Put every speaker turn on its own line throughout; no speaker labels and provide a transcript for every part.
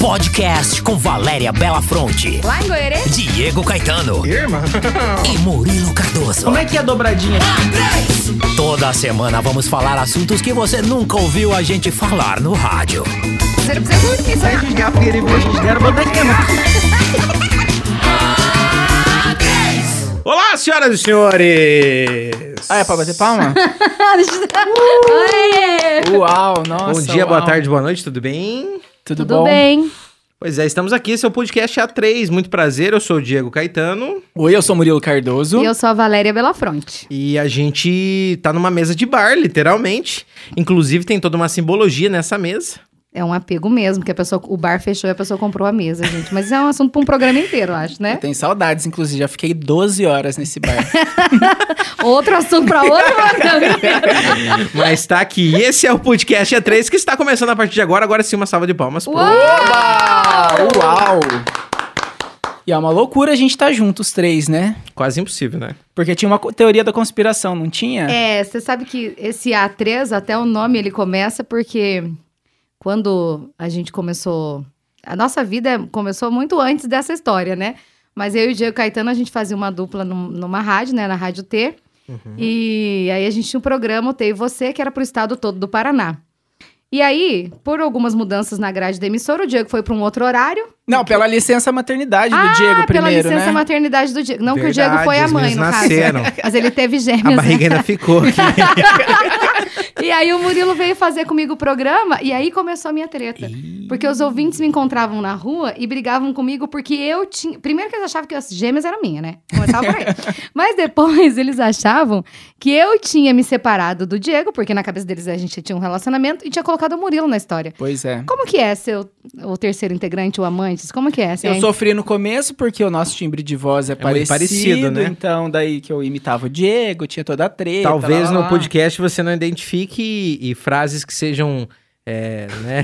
Podcast com Valéria Belafronte,
Lá em Goerê?
Diego Caetano
Irmão.
e Murilo Cardoso.
Como é que é a dobradinha?
Toda semana vamos falar assuntos que você nunca ouviu a gente falar no rádio.
Você não precisa muito disso,
Vai
né?
xingar porque ele viu xingar, bota aqui, mano. Olá, senhoras e senhores!
Ah, é pra bater palma?
Aê!
Uau, nossa.
bom dia, boa
uau.
tarde, boa noite, tudo bem?
Tudo,
Tudo
bom?
bem?
Pois é, estamos aqui, esse é o podcast A3. Muito prazer, eu sou o Diego Caetano
Oi, eu sou Murilo Cardoso.
E eu sou a Valéria Belafronte.
e a gente tá numa mesa de bar, literalmente. Inclusive, tem toda uma simbologia nessa mesa.
É um apego mesmo, que a pessoa, o bar fechou e a pessoa comprou a mesa, gente. Mas é um assunto pra um programa inteiro, eu acho, né?
Eu tenho saudades, inclusive. Já fiquei 12 horas nesse bar.
Outro assunto pra outro programa.
Mas tá aqui, e esse é o podcast A3 que está começando a partir de agora. Agora sim, uma salva de palmas. pro-
Uou! Ah,
Uau! Uau! E é uma loucura a gente tá junto, os três, né?
Quase impossível, né?
Porque tinha uma co- teoria da conspiração, não tinha?
É, você sabe que esse A3, até o nome ele começa porque quando a gente começou. A nossa vida começou muito antes dessa história, né? Mas eu e o Diego Caetano, a gente fazia uma dupla num- numa rádio, né? Na Rádio T.
Uhum.
E aí a gente tinha um programa, o T e Você, que era pro estado todo do Paraná. E aí, por algumas mudanças na grade da emissora, o Diego foi para um outro horário.
Não, pela licença maternidade do Diego
Ah, pela
primeiro,
licença
né?
maternidade do Diego. Não que o Diego
Verdade,
foi a
os
mãe,
meninos
no
nasceram.
caso. Mas ele teve
A
gêmeos. né?
barriga ainda ficou aqui.
E aí o Murilo veio fazer comigo o programa e aí começou a minha treta. Porque os ouvintes me encontravam na rua e brigavam comigo porque eu tinha. Primeiro que eles achavam que as gêmeas eram minha, né? Começava por aí. Mas depois eles achavam que eu tinha me separado do Diego, porque na cabeça deles a gente tinha um relacionamento e tinha colocado o Murilo na história.
Pois é.
Como que é seu o terceiro integrante, o amante? Como que é? Você
Eu
é-
sofri no começo porque o nosso timbre de voz é,
muito
parecido,
parecido, né?
então daí que eu imitava o Diego, tinha toda a treta.
Talvez
lá, lá,
no
lá.
podcast você não identifique e, e frases que sejam. É, né?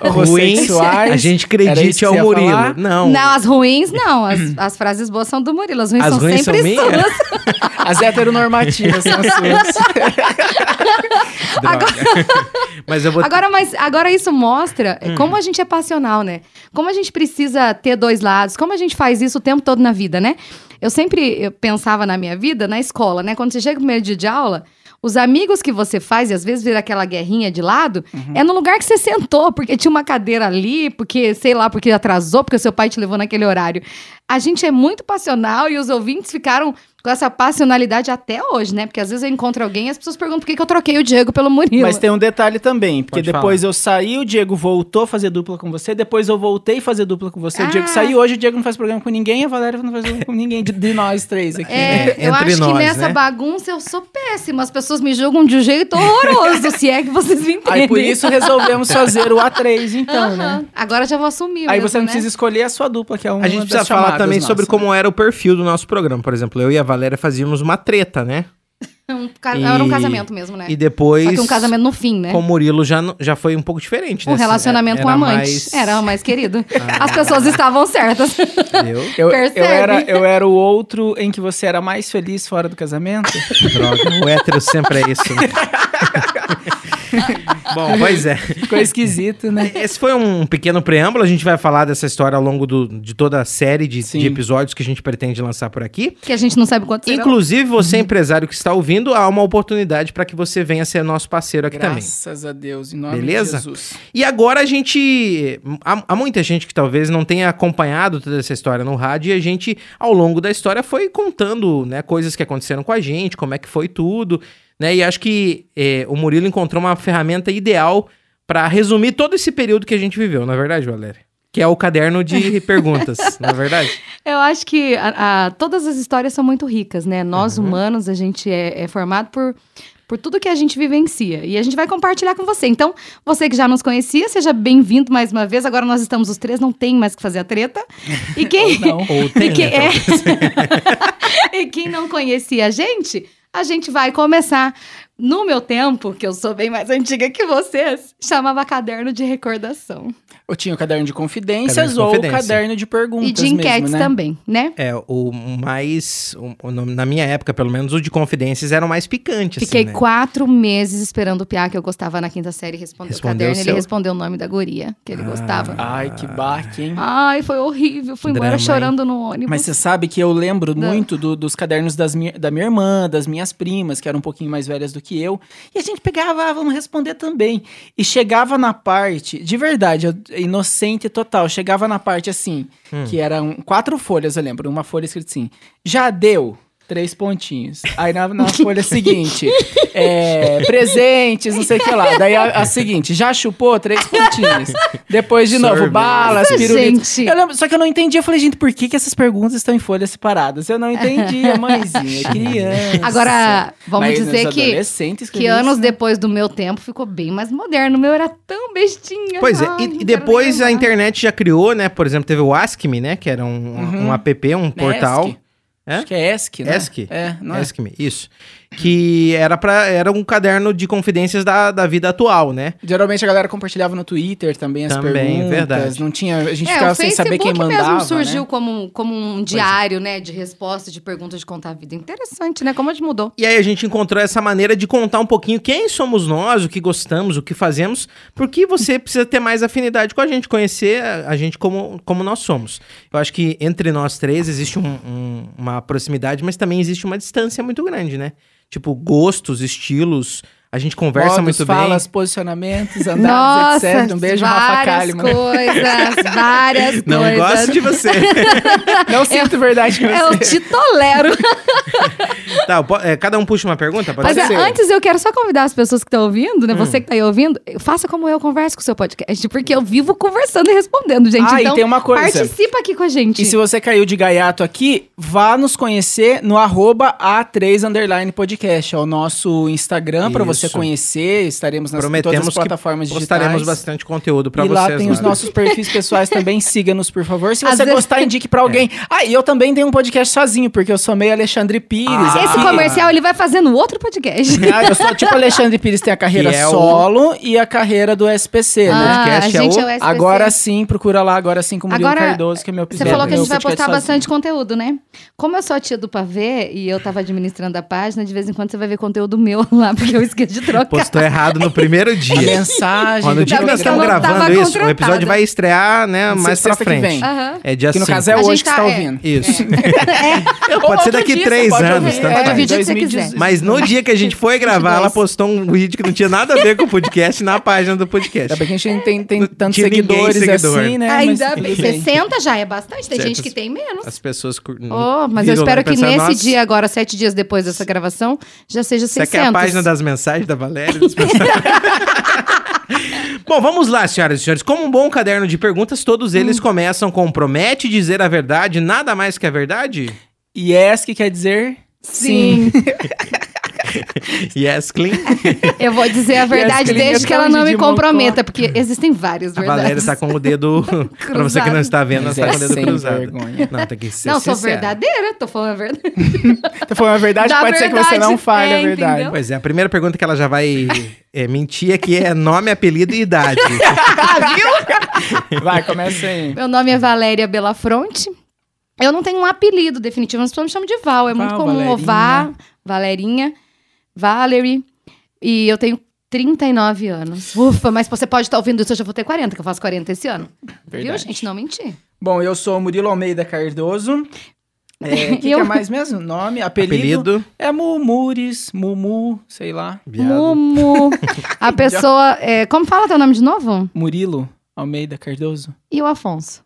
ruins.
Homossexuais.
A gente
Era isso
acredite
que
ao
você ia
Murilo.
falar?
Não.
Não, as ruins não. As, as frases boas são do Murilo. As ruins
um. As
são
ruins são
sempre
minhas?
suas.
As heteronormativas são suas.
Droga. Mas eu vou. Hum.
Agora, mas agora isso mostra como a gente é passional, né? Como a gente precisa ter dois lados, como a gente faz isso o tempo todo na vida, né? Eu sempre eu pensava na minha vida, na escola, né? Quando você chega no primeiro dia de aula, os amigos que você faz, e às vezes vira aquela guerrinha de lado,
Uhum.
é no lugar que você sentou, porque tinha uma cadeira ali, porque, sei lá, porque atrasou, porque seu pai te levou naquele horário. A gente é muito passional e os ouvintes ficaram com essa passionalidade até hoje, né? Porque às vezes eu encontro alguém e as pessoas perguntam por que, que eu troquei o Diego pelo Murilo.
Mas tem um detalhe também, porque
Pode
depois eu saí, o Diego voltou a fazer dupla com você, depois eu voltei a fazer dupla com você,
Ah.
o Diego saiu, hoje o Diego não faz programa com ninguém, a Valéria não faz programa com ninguém, de, de nós três aqui. né?
É, eu
Entre
acho
nós,
que nessa
né?
bagunça eu sou péssima. As pessoas me julgam de um jeito horroroso, se é que vocês me entendem.
Aí por isso resolvemos fazer o A3, então,
Aham.
né?
Agora já vou assumir.
Aí
mesmo,
você não
né?
precisa escolher a sua dupla, que é uma
A gente
das
precisa falar
chamadas
também
nossas.
sobre como era o perfil do nosso programa. Por exemplo, eu e a Valéria fazíamos uma treta, né?
Um ca- Era um
E-
casamento mesmo, né?
E depois.
Só que um casamento no fim, né?
com o Murilo já, não- já foi um pouco diferente, né?
Um relacionamento com
Era
amante.
mais- Ah.
Era o mais querido. As pessoas estavam certas.
Entendeu?
Eu, eu,
Percebe?
era, eu era o outro em que você era mais feliz fora do casamento?
Droga, o hétero sempre é isso. Né? Bom, pois é.
Ficou esquisito, né?
Esse foi um pequeno preâmbulo. A gente vai falar dessa história ao longo do- de toda a série de,
Sim.
de episódios que a gente pretende lançar por aqui.
que a gente não sabe quanto serão.
Inclusive, você, empresário que está ouvindo, há uma oportunidade para que você venha ser nosso parceiro aqui também.
Graças a Deus, em nome
Beleza?
de Jesus.
E agora a gente. Há, há muita gente que talvez não tenha acompanhado toda essa história no rádio e a gente, ao longo da história, foi contando né, coisas que aconteceram com a gente, como é que foi tudo. Né? E acho que eh, o Murilo encontrou uma ferramenta ideal para resumir todo esse período que a gente viveu, na é verdade, Valéria? Que é o caderno de perguntas, não é verdade?
Eu acho que a- a- todas as histórias são muito ricas, né? Nós humanos, a gente é, é formado por, por tudo que a gente vivencia. E a gente vai compartilhar com você. Então, você que já nos conhecia, seja bem-vindo mais uma vez. Agora nós estamos os três, não tem mais que fazer a treta. E quem,
Não.
Ou
e
tem,
quem,
né,
é- e quem não conhecia a gente, a gente vai começar No meu tempo, que eu sou bem mais antiga que vocês, chamava caderno de recordação.
Eu tinha o caderno de confidências
Caderno de
ou o
confidência.
caderno de perguntas
e de enquetes
mesmo, né?
também, né?
É, o mais. o- o- no- na minha época, pelo menos, o de confidências eram mais picantes.
Fiquei
assim, né?
quatro meses esperando o Piá, que eu gostava na quinta série, responder o
Respondeu
caderno.
o
Ele
seu?
respondeu o nome da guria, que ele
Ah.
gostava.
Ai, que baque, hein?
Ai, foi horrível. Fui
Drama,
embora
hein?
chorando no ônibus.
Mas você sabe que eu lembro
Da-
muito do- dos cadernos das mi- da minha irmã, das minhas primas, que eram um pouquinho mais velhas do que eu. E a gente pegava, ah, vamos responder também. E chegava na parte, de verdade, eu- inocente total, chegava na parte assim, que eram quatro folhas, eu lembro. Uma folha escrita assim, já deu. Três pontinhos. Aí na, na folha seguinte, é, presentes, não sei o que lá. Daí a, a seguinte, já chupou? Três pontinhos. Depois de novo,
Sorvete.
balas,
Nossa,
pirulitos.
gente.
Eu lembro- só que eu não entendi. Eu falei, gente, por que, que essas perguntas estão em folhas separadas? Eu não entendi, mãezinha, criança.
Agora, vamos
Mas
dizer
os
que,
adolescentes
que
isso,
anos
né?
depois do meu tempo ficou bem mais moderno. O meu era tão bestinha.
Pois é,
Ai,
e-
não
e,
quero
depois
nem
a
lembrar.
internet já criou, né? Por exemplo, teve o Ask.me, né? Que era um,
Uhum.
um app, um portal.
ESC.
Hã?
Acho que é ESC, né?
ESC?
É, não é?
Ask.me, isso. Que era para era um caderno de confidências da, da vida atual, né?
Geralmente a galera compartilhava no Twitter também as
Também,
perguntas.
verdade.
Não tinha, a gente
É,
ficava
o
sem
Facebook
saber quem mandava.
mesmo surgiu
né?
como, como
é.
um diário, né? De resposta, de perguntas de contar a vida. Interessante, né? Como a gente mudou.
E aí a gente encontrou essa maneira de contar um pouquinho quem somos nós, o que gostamos, o que fazemos, porque você precisa ter mais afinidade com a gente, conhecer a a gente como, como nós somos. Eu acho que entre nós três existe um- um- uma proximidade, mas também existe uma distância muito grande, né? Tipo, gostos, estilos, a gente conversa
Modos,
muito
falas,
bem.
posicionamentos, andares,
Nossa,
etc. Um beijo, Rafa
várias
Kalimann.
coisas, várias
Não
coisas. É,
gosto de você.
Não sinto verdade que
Eu
você...
te tolero.
tá, po- é, cada um puxa uma pergunta, pode
Mas
ser?
é, antes eu quero só convidar as pessoas que estão ouvindo,
Hum.
né? Você que tá aí ouvindo, faça como eu, converse com o seu podcast, porque eu vivo conversando e respondendo, gente.
Ah, e
então,
tem uma coisa.
participa aqui com a gente.
E se você caiu de gaiato aqui, vá nos conhecer no arroba A3 Underline Podcast. É o nosso Instagram para você
Isso.
conhecer. Estaremos nas
Prometemos
todas as plataformas
que
digitais.
postaremos bastante conteúdo pra
e
vocês.
lá tem os
né?
nossos perfis pessoais também, siga-nos, por favor. Se
Às
você
vezes-
gostar, indique pra alguém.
É.
Ah, e eu também tenho um podcast sozinho, porque eu sou meio Alexandre Pires.
Ah,
aqui.
Esse comercial ele vai fazendo outro podcast.
Ah, eu sou tipo Alexandre Pires, tem a carreira
Que é o-
solo e a carreira do SPC, né?
Ah,
podcast é
a gente
o-
é o SPC.
Agora sim, procura lá, agora sim, com o Murilo
Agora,
Cardoso, que é meu
Você
episódio,
falou que a
meu
gente vai
podcast
postar
sozinho.
bastante conteúdo, né? Como eu sou a tia do pavê e eu tava administrando a página, de vez em quando você vai ver conteúdo meu lá, porque eu esqueci de trocar.
Postou errado no primeiro
A
dia.
mensagem
Ó, no
do tá
dia que nós
programa. Eu
estamos
não tava
gravando isso, o
contratada.
episódio vai estrear, né,
Se- é
mais pra
sexta que
frente.
vem.
Aham.
É dia
Que no
5.
caso é Ah,
A
hoje
gente
que
tá-
você tá
é.
ouvindo.
Isso.
Ou
Pode ser
outro
daqui
dia,
três
você pode
anos,
ouvir.
tanto
É,
faz.
Pode ouvir o dia que você
2018.
quiser.
Mas no dia que a gente foi gravar, ela postou um vídeo que não tinha nada a ver com o podcast na página do
Ainda
podcast.
bem que a gente não tem, tem
Não
tantos
tinha ninguém
seguidores
seguidor.
assim, né?
Ainda
Mas
É, bem,
tudo bem.
60 já é bastante, tem
Certo.
gente que tem menos.
As pessoas... cur-
Oh, mas eu
viram lá e
espero que
pensaram,
nesse
"Nossa,
dia agora, sete dias depois dessa gravação, já seja
Será
600.
que é a página das mensagens da Valéria? Das pessoas? Bom, vamos lá, senhoras e senhores. Como um bom caderno de perguntas, todos
Hum.
eles começam com promete dizer a verdade, nada mais que a verdade?
Yes, que quer dizer...
Sim.
Yes, clean.
eu vou dizer a verdade
Yes,
desde
Clean,
que ela não me
Clean, Clean,
comprometa, porque existem várias
A
verdades.
Valéria tá com o dedo. pra você que não está vendo, ela
Mas
tá
é
com o dedo
sem
cruzado.
vergonha.
Não, tem que ser.
Não, sou
sincera.
verdadeira, tô falando a verdade.
Então foi uma verdade,
Da
pode ser que você
verdade,
não fale
é,
a verdade.
entendeu?
Pois é, a primeira pergunta que ela já vai é, mentir é que é nome, apelido e idade.
Tá,
Vai, começa aí.
Meu nome é Valéria Belafronte. Eu não tenho um apelido definitivo, as pessoas me chamam de Val. É muito
Val,
comum o Vá, Valerinha, Valerie. E eu tenho 39 anos. Ufa, mas você pode estar ouvindo isso, eu já vou ter 40, que eu faço 40 esse ano. Viu,
Verdade.
gente? Não menti.
Bom, eu sou Murilo Almeida Cardoso. É, que, que é
Eu-
mais mesmo? Nome, apelido?
apelido.
É Mumures, Mumu, sei lá.
Viado.
Mumu. A pessoa. é, como fala teu nome de novo?
Murilo Almeida Cardoso.
E o Afonso.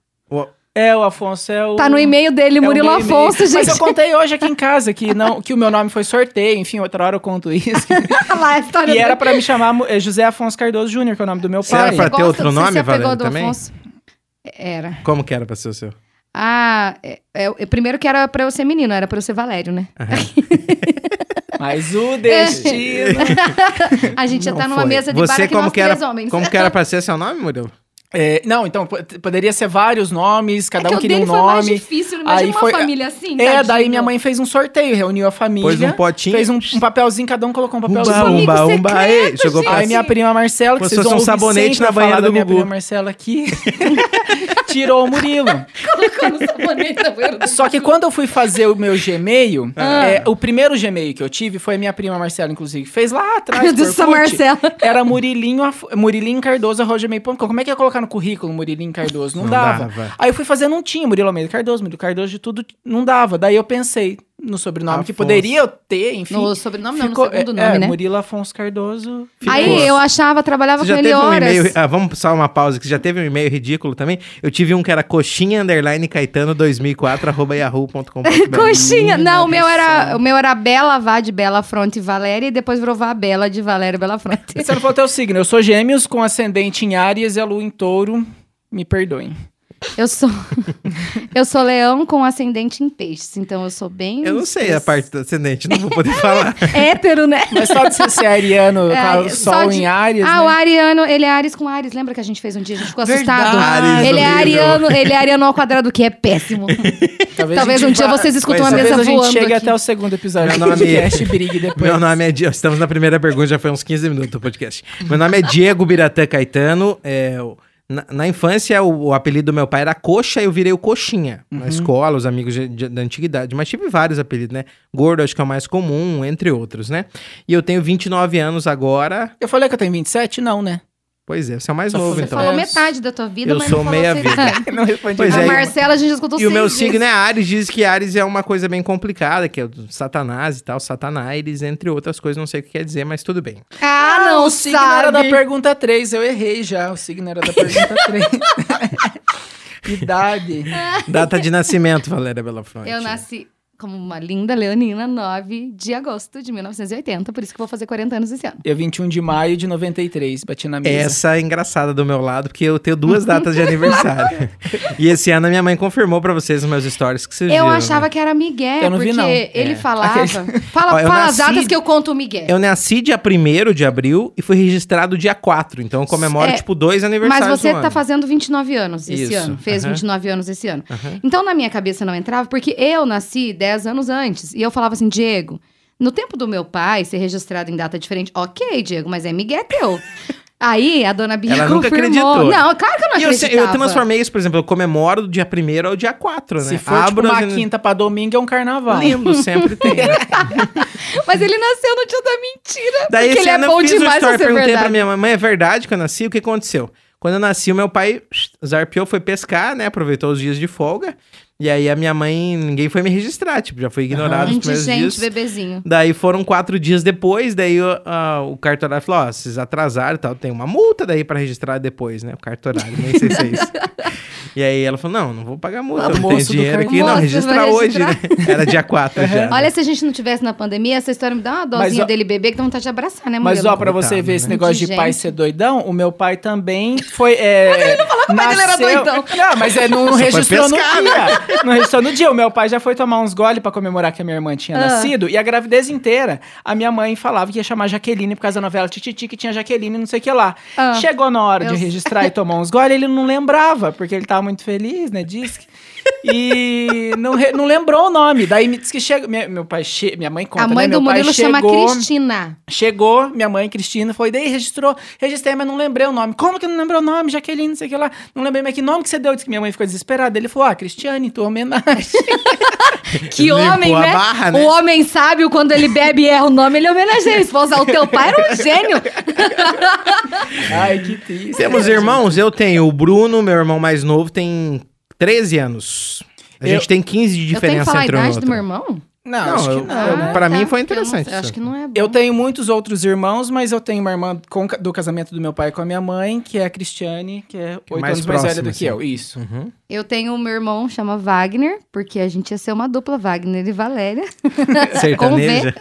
É, o Afonso é o...
Tá no e-mail dele,
É o
Murilo
meu e-mail.
Afonso, gente.
Mas eu contei hoje aqui em casa que, não, que o meu nome foi sorteio, enfim, outra hora eu conto isso.
lá, a história
E era
dele.
pra me chamar eh, José Afonso Cardoso Júnior, que é o nome do meu
Você era
pai.
pra- ter
Gosta-
outro
você
nome,
se apegou
Valéria,
do
também?
Afonso? Era.
Como que era pra ser o seu?
Ah, é, é- primeiro que era pra eu ser menino, era pra eu ser Valério, né?
Mas o destino.
A gente já
Não
tá numa
foi.
mesa de
Você
bar aqui
como
nós
que era,
três homens.
Como que era pra ser seu nome, Murilo?
É, não, então, po- poderia ser vários nomes, cada
é que
um
o
queria
dele
um
foi mais
nome.
difícil, imagina
aí
uma
foi-
família assim.
É,
tadinho.
daí minha mãe fez um sorteio, reuniu a família.
Pôs num potinho.
Fez um, um papelzinho, cada um colocou um
Umba,
papelzinho.
umba,
Tipo, Amigo
umba, aê,
secreto,
jogou
gente.
pra
Aí minha
cima.
prima Marcela, que
Como se fosse
vocês vão
um
ouvir
sabonete
sempre
na
eu falar
banheira
da
do
minha
Gugu.
prima Marcela aqui, tirou o Murilo.
Colocou no sabonete, tá vendo?
Só que quando eu fui fazer o meu Gmail,
Ah.
é, o primeiro Gmail que eu tive foi a minha prima Marcela, inclusive, que fez lá atrás.
Meu
do
Deus, essa
Orkut.
Marcela.
Era Murilinho, Af- Murilinho Cardoso, gmail.com. Como é que ia colocar no currículo Murilinho Cardoso? Não,
Não
dava.
dava.
Aí eu fui fazer, não tinha Murilo Almeida Cardoso, Murilo Cardoso de tudo, não dava. Daí eu pensei no sobrenome que
Afonso.
poderia eu ter, enfim.
No sobrenome, não, no
Ficou-
segundo
é,
nome, né?
Murilo Afonso Cardoso.
Aí eu achava, trabalhava
Você
com
já
ele
teve um
horas.
e-mail. Ah, vamos só uma pausa, que você já teve um e-mail ridículo também. Eu tive um que era coxinha underline caetano 2004 arroba yahoo.com.br.
Coxinha.
Menina
Não, o meu
do
era,
céu.
o meu era Bela Vá de Bela Fronte Valéria e depois virou Vá Bela de Valéria Bela Fronte.
Você não falou teu é signo. Eu sou gêmeos com ascendente em Áries e a lua em touro. Me perdoem.
Eu sou Eu sou leão com ascendente em peixes, então eu sou bem
Eu não sei a parte do ascendente, não vou poder falar.
hétero, né?
Mas só de você ser ariano,
É,
com o
só
sol
de-
em Áries,
Ah,
né?
o Ariano, ele é Ares com Ares. Lembra que a gente fez um dia, a gente ficou assustado?
Ares,
ele é
horrível.
Ariano, ele é Ariano ao quadrado, o que é péssimo.
Talvez, a
Talvez
gente
um dia
vá-
vocês escutem uma
Pois é.
Talvez
mesa
a gente
voando.
chegue
aqui.
até o segundo episódio
Meu
do
nome é-
podcast Brigue depois.
Meu nome é Diego. Estamos na primeira pergunta, já foi uns 15 minutos do podcast. Meu nome é Diego Biratã Caetano. é, o- na, na infância, o, o apelido do meu pai era Coxa e eu virei o Coxinha.
Uhum.
Na escola, os amigos de- de- da antiguidade. Mas tive vários apelidos, né? Gordo, acho que é o mais comum, entre outros, né? E eu tenho 29 anos agora.
Eu falei que eu tenho 27? Não, né?
Pois é, você é o mais
Só
novo,
você
então.
Falou
É,
metade da tua vida,
eu
mas
sou
não falou
meia
seis
vida.
anos.
Não respondi.
Pois
a
é, e-
Marcela, a gente já escutou
E o meu
seis vezes.
signo é Ares, diz que Ares é uma coisa bem complicada, que é o Satanás e tal, Satanaires, entre outras coisas, não sei o que quer dizer, mas tudo bem.
Ah, não,
o signo era da
sabe.
pergunta 3. Eu errei já. O signo era da pergunta 3. Idade.
Data de nascimento, Valéria Belafronte.
Eu nasci como uma linda leonina, 9 de agosto de 1980, por isso que eu vou fazer 40 anos esse ano.
Eu 21 de maio de 93. Bati na mesa.
Essa é engraçada do meu lado, porque eu tenho duas datas de aniversário. e esse ano a minha mãe confirmou pra vocês os meus stories que vocês
Eu
viram,
achava
né?
que era Miguel,
Eu não vi,
porque
não.
ele
É.
falava. Fala,
Ó, eu
fala
nasci-
as datas que eu conto o Miguel.
Eu nasci dia 1 de abril e fui registrado dia 4, então eu comemoro,
É,
tipo, dois
Mas
aniversários
você
no
tá
ano.
fazendo 29 anos esse
Isso,
ano. Fez
aham.
29 anos esse ano.
Aham.
Então, na minha cabeça não entrava, porque eu nasci 10 anos antes. E eu falava assim, Diego, no tempo do meu pai ser registrado em data diferente, ok, Diego, mas é Miguel teu. Aí a dona Bia
Ela
confirmou.
nunca acreditou.
Não, claro que eu não
E eu, se-
acreditava.
eu transformei isso, por exemplo, eu comemoro do dia 1 ao dia 4, né?
Se for tipo,
as
uma
aniv-
quinta pra domingo, é um carnaval.
Lindo, sempre tem. né?
Mas ele nasceu no dia da mentira.
Daí
porque
esse
ele é
ano
bom
eu fiz o
demais pra
story,
ser
perguntei
verdade.
pra minha mãe, mãe, é verdade que eu nasci? O que aconteceu? Quando eu nasci, o meu pai zarpiou, foi pescar, né? Aproveitou os dias de folga. E aí a minha mãe, ninguém foi me registrar, tipo, já foi ignorado os primeiros
Indigente,
dias.
bebezinho.
Daí foram quatro dias depois, daí ó, ah, o cartorário falou, ó, vocês atrasaram e tal, tem uma multa daí pra registrar depois, né? O cartorário, nem sei se é isso. E aí ela falou, não, não vou pagar multa, eu não tenho
Moço do
dinheiro aqui.
cartão.
Não,
Moço, vai
registra hoje, né? Era dia 4 já. né?
Olha, se a gente não tivesse na pandemia, essa história me dá uma dosinha
Mas, ó-
dele bebê que dá vontade de abraçar, né, Murilo?
Mas ó, pra você
Coitado,
ver esse
né?
negócio de pai
Indigente.
ser doidão, o meu pai também foi. É, mas ele não falou que
o pai dele era doidão.
Não, mas é, não registrou no
pescar, né?
dia. Não registrou no dia. O meu pai já foi tomar uns gole pra comemorar que a minha irmã tinha
Ah.
nascido. E a gravidez inteira, a minha mãe falava que ia chamar Jaqueline por causa da novela Tititi, que tinha Jaqueline não sei o que lá.
Ah.
Chegou na hora
Eu-
de registrar e tomar uns gole, ele não lembrava, porque ele tava muito feliz, né? Diz que. E não, re- não lembrou o nome. Daí me disse que chega. minha- Meu pai, che- minha mãe conta.
a mãe
né?
do
meu pai
Murilo chama
chegou-
Cristina.
Chegou, minha mãe, Cristina, foi, daí registrou, registrei, mas não lembrei o nome. Como que não lembrou o nome? Jaqueline, não sei o que lá. Não lembrei, mas que nome que você deu? Disse que minha mãe ficou desesperada. Ele falou, ah, Cristiane, tua homenagem.
Que
Limpou
homem,
a
né?
barra, né?
O homem sábio, quando ele bebe e erra o nome, ele homenageia a esposa. O teu pai era um gênio.
Ai, que triste.
Temos irmãos? Eu tenho. O Bruno, meu irmão mais novo, tem 13 anos. A
Eu-
gente tem 15 de
Eu tenho que
diferença
falar a
entre um e
idade do meu
outro.
irmão?
Não,
Não,
acho que
eu-
não.
Ah, eu- pra mim foi
porque eu não
interessante
sei, acho
isso.
que não é bom.
Eu tenho muitos outros irmãos, mas eu tenho uma irmã com- do casamento do meu pai com a minha mãe, que é a Cristiane, que é oito
mais
anos mais velha
próxima,
do que eu.
assim.
Isso.
Uhum.
Eu tenho um meu irmão, chama Wagner, porque a gente ia ser uma dupla, Wagner e Valéria. Com V.
Sertaneja.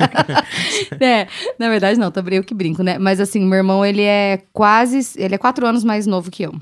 É, na verdade não, também eu que brinco, né? Mas assim, meu irmão, ele é quase... Ele é quatro anos mais novo que eu.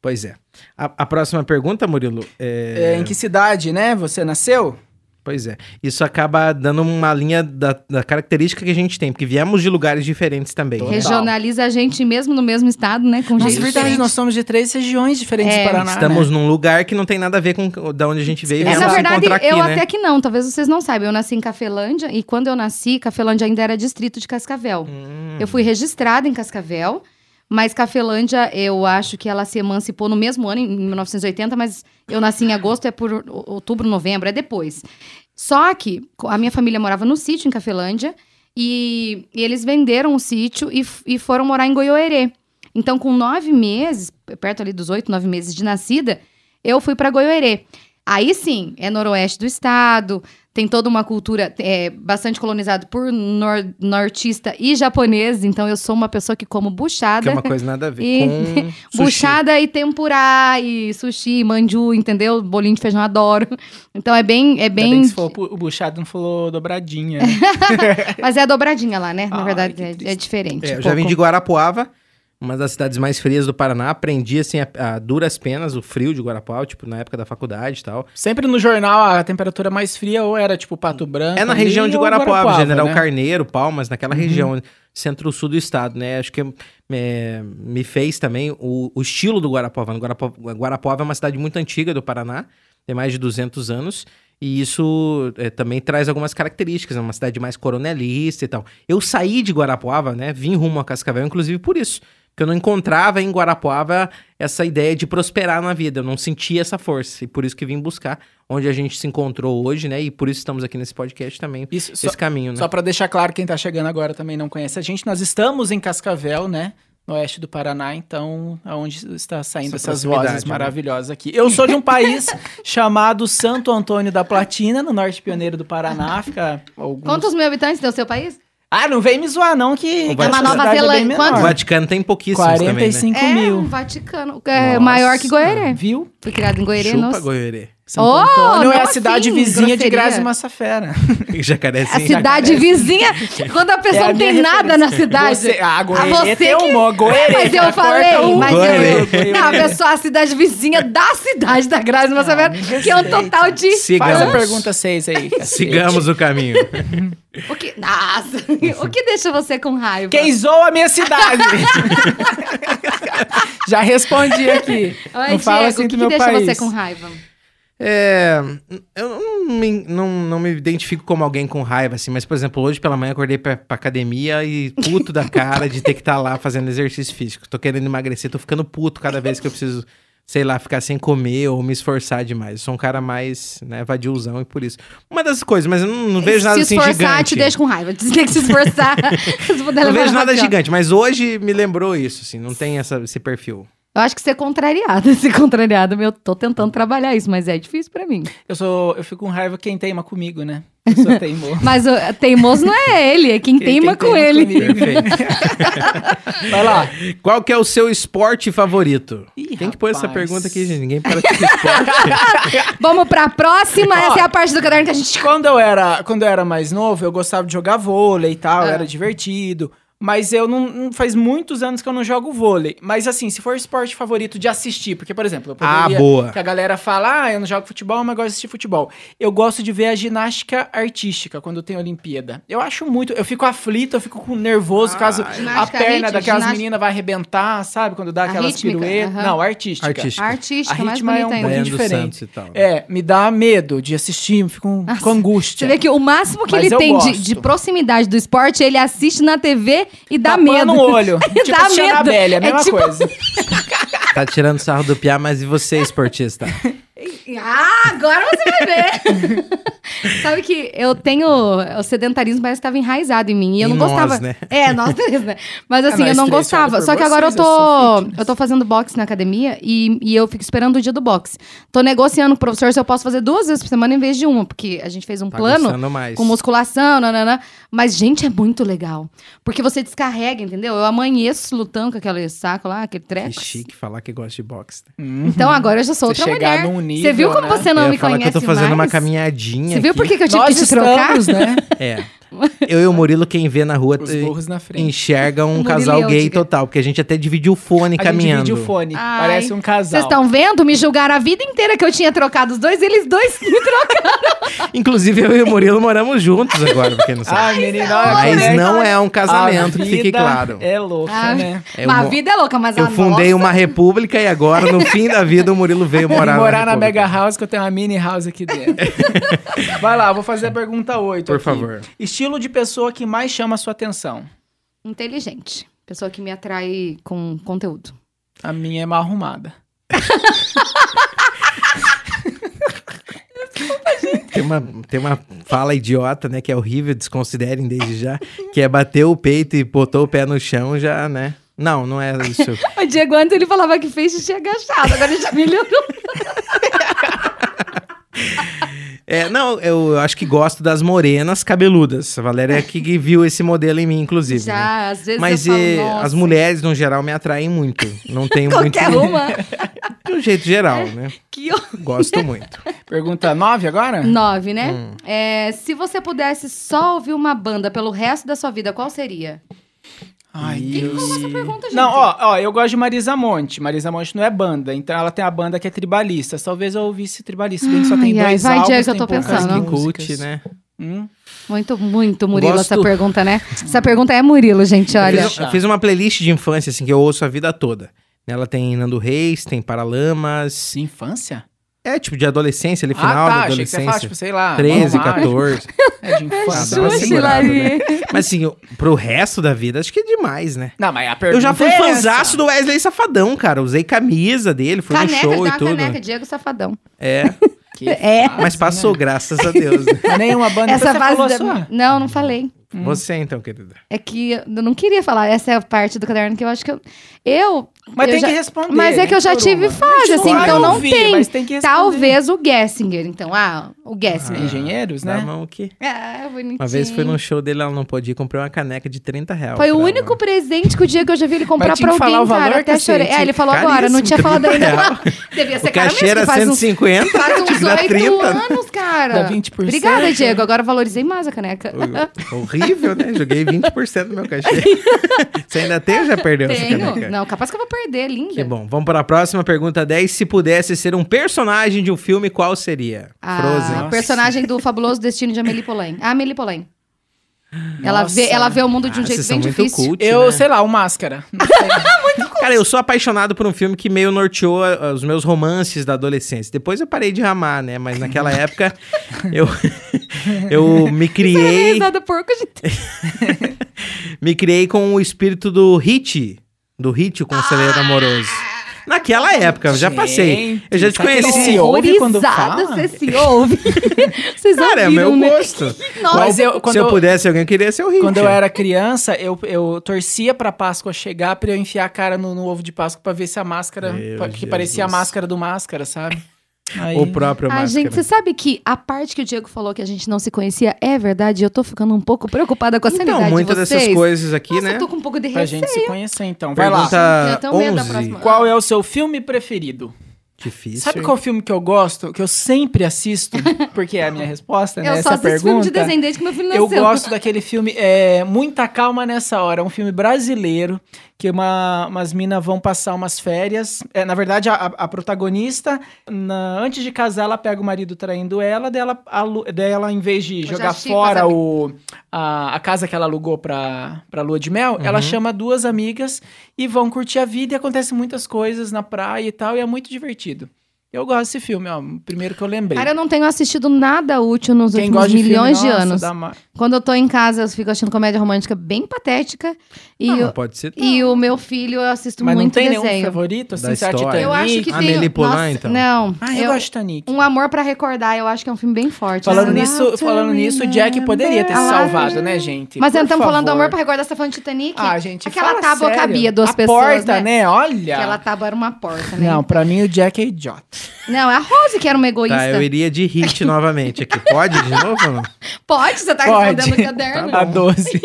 Pois é. A, a próxima pergunta, Murilo,
É,
é...
em que cidade, né, você nasceu?
Pois é. Isso acaba dando uma linha da, da característica que a gente tem, porque viemos de lugares diferentes também.
Total.
Regionaliza a gente mesmo no mesmo estado, né? Com
Mas
jeito
verdade,
diferente.
nós somos de três regiões diferentes
É.
do Paraná.
Estamos
né?
num lugar que não tem nada a ver com o- da onde a gente veio. e
Mas
Mas,
viemos
na
se
verdade,
encontrar aqui,
eu
né?
até que não, talvez vocês não saibam. Eu nasci em Cafelândia e quando eu nasci, Cafelândia ainda era distrito de Cascavel.
Hum.
Eu fui registrada em Cascavel, mas Cafelândia, eu acho que ela se emancipou no mesmo ano, em 1980, mas eu nasci em agosto, é por o- outubro, novembro, é depois. Só que co- a minha família morava no sítio em Cafelândia e, e eles venderam o sítio e, f- e foram morar em Goioerê. Então, com nove meses, p- perto ali dos oito, nove meses de nascida, eu fui para Goioerê. Aí sim, é noroeste do estado, tem toda uma cultura é, bastante colonizada por nor- nortista e japonês, então eu sou uma pessoa que como buchada.
Que é uma coisa nada a ver
E-
com sushi.
Buchada e tempurá, e sushi, manju, entendeu? Bolinho de feijão adoro. Então é bem. É
Ainda
bem,
bem que se for, o Buchado não falou dobradinha. né?
Mas é a dobradinha lá, né? Na
Ai,
verdade,
que
é- é,
triste.
diferente.
É, eu
um
já vim
pouco.
de Guarapuava, uma das cidades mais frias do Paraná. Aprendi, assim, a, a duras penas o frio de Guarapuava, tipo, na época da faculdade e tal.
Sempre no jornal a temperatura mais fria ou era tipo Pato Branco.
É na
ali,
região de
ou
Guarapuava, Uhum. General
né?
Carneiro, Palmas, naquela região, centro-sul do estado, né? Acho que é, me fez também o, o estilo do Guarapuava. Guarapuava. Guarapuava é uma cidade muito antiga do Paraná, tem mais de 200 anos, e isso é, também traz algumas características, é uma cidade mais coronelista e tal. Eu saí de Guarapuava, né? Vim rumo a Cascavel, inclusive por isso. Porque eu não encontrava em Guarapuava essa ideia de prosperar na vida. Eu não sentia essa força. E por isso que vim buscar onde a gente se encontrou hoje, né? E por isso estamos aqui nesse podcast também.
Isso, só,
Esse caminho, né?
Só pra deixar claro, quem tá chegando agora também não conhece a gente. Nós estamos em Cascavel, né? No oeste do Paraná, então é onde está saindo
Essa
essas
proximidade,
vozes
né?
maravilhosas aqui. Eu sou de um país chamado Santo Antônio da Platina, no norte pioneiro do Paraná. Fica alguns...
Quantos mil habitantes tem o seu país?
Ah, não vem me zoar, não, que,
O
que a
Vaticano-
nossa cidade é bem
Nova Zelândia,
menor.
O
quantos?
Vaticano tem pouquíssimos também, né?
45
é, um
mil.
Vaticano. É
Nossa.
maior que Goerê.
Viu?
Fui criado em Goerê,
Chupa,
nossa.
Goiorê.
Santo
Oh,
Antônio é a
nossa,
cidade
sim,
vizinha
grosseria.
de Grazi Massafera.
A
Jacarezinho.
cidade vizinha, quando a pessoa
É a
não tem
minha
nada na cidade.
Você, ah, Goerê
você
tem
que-
um Goerê.
Mas eu
tá?
falei,
Corta um.
mas
Goerê.
eu. Não, a pessoa, a cidade vizinha da cidade da Grazi, mas sabe? Que é um total de.
Sigamos.
Faz a pergunta 6 aí. cacete.
Sigamos o caminho.
O que. Nossa! O que deixa você com raiva?
Quem zoa a minha cidade? Já respondi aqui.
Oi,
não
Diego,
fala assim
o
do
que
meu
deixa
país.
você com raiva?
É, eu não me, não, não me identifico como alguém com raiva, assim, mas, por exemplo, hoje pela manhã eu acordei pra, pra academia e puto da cara de ter que estar lá fazendo exercício físico. Tô querendo emagrecer, tô ficando puto cada vez que eu preciso, sei lá, ficar sem comer ou me esforçar demais. Eu sou um cara mais, né, vadiozão e por isso. Uma das coisas, mas eu não, não vejo nada
se
assim
esforçar,
gigante.
te deixa com raiva. Você tem que se esforçar. se puder
Não
levar
vejo
na
nada
pior.
gigante, mas hoje me lembrou isso, assim, não tem essa, esse perfil.
Eu acho que ser contrariado, ser contrariado. Eu tô tentando trabalhar isso, mas é difícil pra mim.
Eu, sou, eu fico com raiva quem teima comigo, né? Eu sou teimoso.
Mas o teimoso não é ele, é quem,
Quem
teima,
tem
com ele.
comigo. Vai lá.
Qual que é o seu esporte favorito?
Ih,
Tem que pôr essa
rapaz.
pergunta aqui, gente. Ninguém pratica esporte.
Vamos pra próxima.
Ó.
Essa é a parte do caderno que a gente.
Quando eu era, quando eu era mais novo, eu gostava de jogar vôlei e tal,
Ah.
era divertido. Mas eu não, não- Faz muitos anos que eu não jogo vôlei. Mas assim, se for esporte favorito de assistir, porque, por exemplo, eu
Ah,
poderia-
boa.
Que a galera fala, ah, eu não jogo futebol, mas gosto de assistir futebol. Eu gosto de ver a ginástica artística quando tem Olimpíada. Eu acho muito. Eu fico aflito, eu fico com nervoso
Ah,
caso a
ginástica
perna
rítmica,
daquelas
ginástica-
meninas vai arrebentar, sabe? Quando dá
A
aquelas
rítmica,
piruetas.
aham.
Não, artística.
Artística.
Artística,
A
mais
ritma é
bonita
um
ainda.
Daiane
pouquinho
dos
diferente.
Santos e tal. né?
É, me dá medo de assistir, fico com, com
Você
angústia.
vê que o máximo que
Mas
ele
eu
tem de,
gosto.
de proximidade do esporte, ele assiste na TV e dá
Tapando
medo.
o olho.
E
tipo
dá
assistir
medo.
Annabelle, a
É
mesma
tipo-
coisa.
É.
Tá tirando sarro do piá, mas e você, esportista?
Ah, agora você vai ver. Sabe que eu tenho. O sedentarismo parece que estava enraizado em mim. E eu
Em
não
nós,
gostava.
né? Ah, é
É, nós três, né? Mas assim,
nós
eu não
três,
gostava.
fala por
Só que agora eu
vocês, eu sou
tô.
fitness.
Eu tô fazendo boxe na academia e, e eu fico esperando o dia do boxe. Tô negociando com o professor se eu posso fazer duas vezes por semana em vez de uma, porque a gente fez um
Tá
plano
gostando mais.
com musculação, nananã. Mas, gente, é muito legal. Porque você descarrega, entendeu? Eu amanheço lutando com aquele saco lá, aquele treco.
Que chique falar que gosta de boxe. né?
Então agora eu já sou
Você
outra
chegar
mulher.
num nível,
você viu como
né?
você
Uhum. eu
não
ia
me
falar
conhece
que eu tô fazendo
mais?
uma caminhadinha
Você viu
aqui.
por que, que eu tive que te trocar?
né?
É. Eu e o Murilo, quem vê na rua,
Os
eh,
burros na frente.
enxerga um
Murilo e
casal
eu,
gay
diga.
total, porque a gente até dividiu o fone
A gente
caminhando.
divide o fone.
Ai,
parece um casal.
Vocês estão vendo? Me julgaram a vida inteira que eu tinha trocado os dois, e eles dois me trocaram.
Inclusive, eu e o Murilo moramos juntos agora, porque não sabe.
Ai, menina,
Mas
né?
olha,
não é um
a
casamento, que fique
vida
claro.
É louca,
Ah,
né?
Eu
Mas a
mo-
vida é louca, mas a
Eu fundei
nossa...
uma república e agora, no fim da vida, o Murilo veio morar,
Morar, morar na,
república.
Mega House, que eu tenho uma mini house aqui dentro. Vai lá, eu vou fazer a pergunta 8.
Por
aqui.
favor.
Estilo de pessoa que mais chama a sua atenção.
Inteligente. Pessoa que me atrai com conteúdo.
A minha é mal arrumada.
Tem uma, tem uma fala idiota, né? Que é horrível, desconsiderem desde já. Que é bater o peito e botou o pé no chão, já, né? Não, não é isso.
O Diego antes ele falava que fez xixi agachado, agora já melhorou.
É, não, eu acho que gosto das morenas cabeludas. A Valéria é que que viu esse modelo em mim, inclusive. né?
Já, às vezes
Mas
eu falo,
eh,
nossa,
as mulheres, no geral, me atraem muito. Não tenho muito.
Qualquer uma.
De um jeito geral, né?
Que horror.
Gosto muito.
Pergunta 9 agora?
Nove, né?
Hum.
É, se você pudesse só ouvir uma banda pelo resto da sua vida, qual seria?
Ai,
Quem
Deus.
Essa pergunta, gente.
Não, ó, ó, eu gosto de Marisa Monte. Marisa Monte não é banda, então ela tem a banda que é tribalista. Talvez eu ouvisse tribalista, bem que só tem
Ai, ai,
dois
vai,
álbuns,
Diego, eu
tem
tô
poucas
pensando.
Mas que
músicas.
cult, né?
Hum?
Muito, muito, Murilo,
Gosto-
essa pergunta, né? Essa pergunta é Murilo, gente, olha.
Eu fiz, um, eu fiz uma playlist de infância, assim, que eu ouço a vida toda. Nela tem Nando Reis, tem Paralamas.
De infância?
É, tipo, de adolescência, ali, final
ah,
da
tá, achei que você fala,
adolescência.
tipo, sei lá.
13,
Mauro
14.
Marx. É de infância.
dá uma
Sua
segurada,
Chilaria.
assim, Mas assim, eu- pro resto da vida, acho que é demais, né?
Não, mas a pergunta
Eu já fui
é
fanzaço
essa.
do Wesley Safadão, cara. Usei camisa dele, fui
Caneca,
no show
dá
e
uma
tudo.
caneca, Diego Safadão.
É,
Que
É.
fase,
mas passou,
né? é
graças a Deus. né?
Nenhuma banda.
essa
você
base
falou a
da-
sua?
Não, não falei.
Hum.
Você então, querida.
É que eu não queria falar. Essa é a parte do caderno que eu acho que eu. Eu.
Mas
eu
tem
já-
que responder.
Mas é que eu já
por
tive
uma.
fase, assim,
vai
então não
ouvir,
tem.
mas tem que responder.
Talvez o Gessinger, então. Ah, o Gessinger.
Engenheiros,
Na
né?
mão que.
Ah, bonitinho.
Uma vez foi num show dele, ela não pôde ir, comprei uma caneca de 30 reais.
Foi o
pra
único
ela.
presente que o Diego eu já vi ele comprar
Mas tinha
pra
que é assim,
alguém, cara.
falar o valor,
eu Até
cacete.
chorei. Ah, ele falou agora, não
Caríssimo,
tinha
né?
falado
30
ainda.
real.
Devia ser
O
caro
cachê
mesmo,
era
que faz uns,
150,
faz um uns
tive Tipo, na
8
30.
anos, cara.
Dá 20%.
Obrigada, Diego. Agora valorizei mais a caneca.
Hor- Horrível, né? Joguei 20% do meu cachê. Você ainda tem ou já perdeu essa
Tenho.
caneca?
Não, capaz que eu vou perder, linda.
Que bom. Vamos para a próxima pergunta 10. Se pudesse ser um personagem de um filme, qual seria?
Ah, A
Nossa.
personagem do Fabuloso Destino de Amélie Poulain. A Amélie Poulain. Ela
Nossa.
vê, ela vê o mundo de um
Ah,
jeito
vocês
bem
são muito
difícil.
cult,
Eu,
né?
sei lá, o Máscara. Não sei.
Cara, eu sou apaixonado por um filme que meio norteou ah, os meus romances da adolescência. Depois eu parei de ramar, né? Mas naquela época eu, eu me
é
criei,
Risada porco, gente.
me criei com o espírito do Hit, do Hit, o
Ah!
conselheiro amoroso. Naquela época, eu já passei. Eu já te
Gente, sabe que
conheci.
Se ouve quando
Horrorizada,
fala?
você se ouve. Vocês
Cara, é
ouviram,
meu
né?
gosto.
Nossa.
Mas eu, quando
Se eu
eu-
pudesse, alguém queria ser o Hit.
Quando eu era criança, eu, eu torcia pra Páscoa chegar pra eu enfiar a cara no, no ovo de Páscoa pra ver se a máscara.
Meu
pa- que parecia a
Jesus.
máscara do máscara, sabe? Aí,
O próprio
Ah,
Máscara.
gente, você sabe que a parte que o Diego falou que a gente não se conhecia é verdade? Eu tô ficando um pouco preocupada com a
Então,
sanidade
muitas
de vocês.
dessas coisas aqui,
Nossa,
né?
eu tô com um pouco de
pra
receio.
gente se conhecer, então. Vai lá.
Pergunta
Eu tenho medo da
11.
próxima.
Qual é o seu filme preferido?
Difícil.
Sabe
hein?
qual filme que eu gosto? Que eu sempre assisto, porque é a minha resposta, né?
Eu só
Essa
assisto
pergunta.
filme de desenho desde que meu filho nasceu.
Eu gosto daquele filme é, Muita Calma Nessa Hora. É um filme brasileiro que uma- umas minas vão passar umas férias. É, na verdade, a, a- a protagonista, na- antes de casar, ela pega o marido traindo ela. Daí ela, alu- daí ela, em vez de
já
jogar
achei
fora
casa-
o, a, a casa que ela alugou pra, pra lua de mel, ela chama duas amigas e vão curtir a vida. E acontecem muitas coisas na praia e tal. E é muito divertido. Eu gosto desse filme, ó. o Primeiro que eu lembrei.
Cara, eu não tenho assistido nada útil nos
Quem
últimos
gosta de filme,
milhões de
nossa,
anos.
dá um uma-
Quando eu tô em casa, eu fico achando comédia romântica bem patética. E,
Ah,
eu-
pode ser.
e o meu filho, eu assisto
Mas não
muito
tem nenhum
desenho.
favorito, assim,
Da
você acha
história.
Titanic?
Eu acho que
Amélie
tem.
Poulain,
Nossa,
então?
Não.
Ah, eu,
eu-
gosto de Titanic.
Um Amor pra Recordar, eu acho que é um filme bem forte.
Falando
assim.
nisso, falando nisso, o Jack poderia ter se
Ah,
salvado, né, gente?
Mas
Por
nós estamos falando do
favor.
Amor pra Recordar, você tá falando de Titanic?
Ah, gente,
Aquela
fala
tábua
sério.
cabia duas
a
pessoas,
porta,
né?
né? Olha.
Aquela tábua era uma porta, né?
Não, pra mim o Jack é idiota.
Não, é a Rose que era uma egoísta.
Tá, eu iria de hit novamente aqui. Pode de novo? ou não?
Pode, você tá
Pode.
respondendo o caderno.
A 12.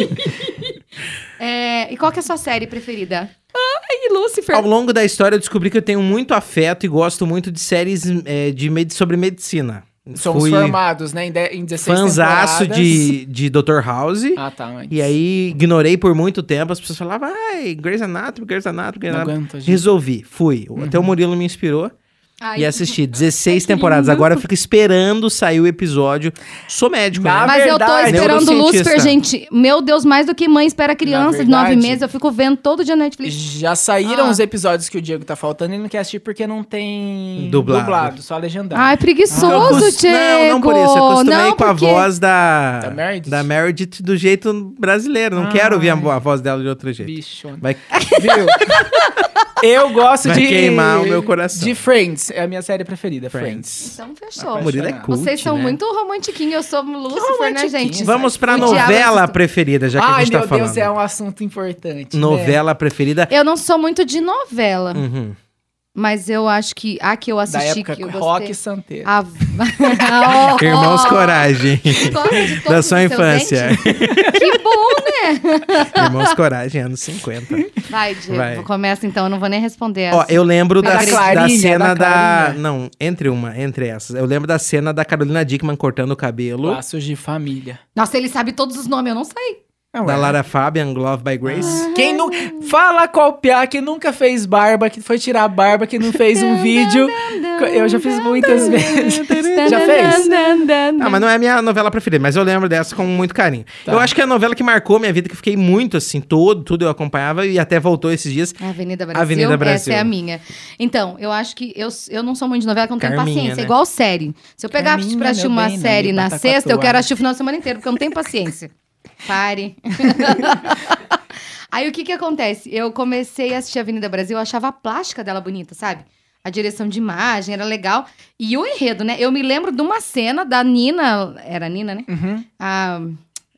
É, e qual que é a sua série preferida? Ai, Lucifer.
Ao longo da história, eu descobri que eu tenho muito afeto e gosto muito de séries eh, de med- é, sobre medicina.
Somos
fui
formados, né? Em, de, em 16
fanzaço
temporadas.
de, de Dr. House.
Ah, tá. antes.
E aí ignorei por muito tempo. As pessoas falavam, ai, Grey's Anatomy, Grey's Anatomy, Grey's
Não
Anatomy.
aguento, gente.
Resolvi, fui. Até o
Uhum.
Murilo me inspirou
Ai,
e é assisti 16
que
temporadas.
lindo.
Agora eu fico esperando sair o episódio. Sou médico,
Na
né?
Mas eu tô
verdade,
esperando
neurocientista.
Lucifer, gente. Meu Deus, mais do que mãe espera criança de nove
verdade-
meses. Eu fico vendo todo dia na Netflix.
Já saíram
Ah.
os episódios que o Diego tá faltando e não quer assistir porque não tem
Dublado.
só legendado.
Ai,
Eu
preguiçoso,
cus- Não,
Diego.
não por isso. Eu acostumei
Não,
com a
porque-
voz da,
Da Meredith?
da Meredith do jeito brasileiro. Não
Ai.
quero ouvir a, vo- a voz dela de outro jeito.
Bicho. né?
Vai,
Viu? Eu gosto
vai
de.
queimar o meu coração.
De Friends. É a minha série preferida, Friends.
Então fechou.
O Murilo é
Vocês
cult,
Vocês são
né?
muito romantiquinhos. Eu sou Lucifer, né,
romantiquinho,
gente?
Vamos pra
O diabo
novela
existe.
preferida, já que a
Ai,
gente
meu
tá falando.
Deus, é um assunto importante. né?
Novela preferida.
Eu não sou muito de novela,
Uhum.
mas eu acho que a que eu
Da
assisti
época,
que eu gostei.
Rock e
Ah,
Santeiro.
A... Oh,
Irmãos
oh.
Coragem.
Gosta de todos
da
os
sua
seus
infância.
dentes? Que bom,
Irmãos Coragem, anos 50.
né? Vai, Diego,
Vai.
começa então. Eu não vou nem responder
Ó,
essa.
eu lembro
Da
da, da
Clarinha,
cena
da
da,
Clarinha.
Não, entre uma, entre essas. Eu lembro da cena da Carolina Dickman cortando o cabelo.
Laços de família.
Nossa, ele sabe todos os nomes, eu não sei.
Ah, ué.
Da Lara Fabian, Glove by
Ah,
Grace.
Quem não. Fala qual piá que nunca fez barba, que foi tirar a barba, que não fez um vídeo. Eu já fiz muitas vezes. Já fez?
Ah, mas não é a minha novela preferida, mas eu lembro dessa com muito carinho.
Tá.
Eu acho que é a novela que marcou minha vida, que eu fiquei muito assim, todo, tudo eu acompanhava e até voltou esses dias.
Avenida Brasil,
Avenida Brasil.
essa é a minha. Então, eu acho que eu, eu não sou muito de novela, que eu não tenho
Carminha,
paciência.
né?
Igual série. Se eu pegar
Carminha,
pra assistir
meu
uma
bem, não
série
me
na
bata
sexta, eu
catuar.
quero assistir o final de semana inteiro, porque eu não tenho paciência. Pare. Aí o que que acontece? Eu comecei a assistir Avenida Brasil, eu achava a plástica dela bonita, sabe? A direção de imagem era legal. E o enredo, né? Eu me lembro de uma cena da Nina. Era a Nina, né?
Uhum.
a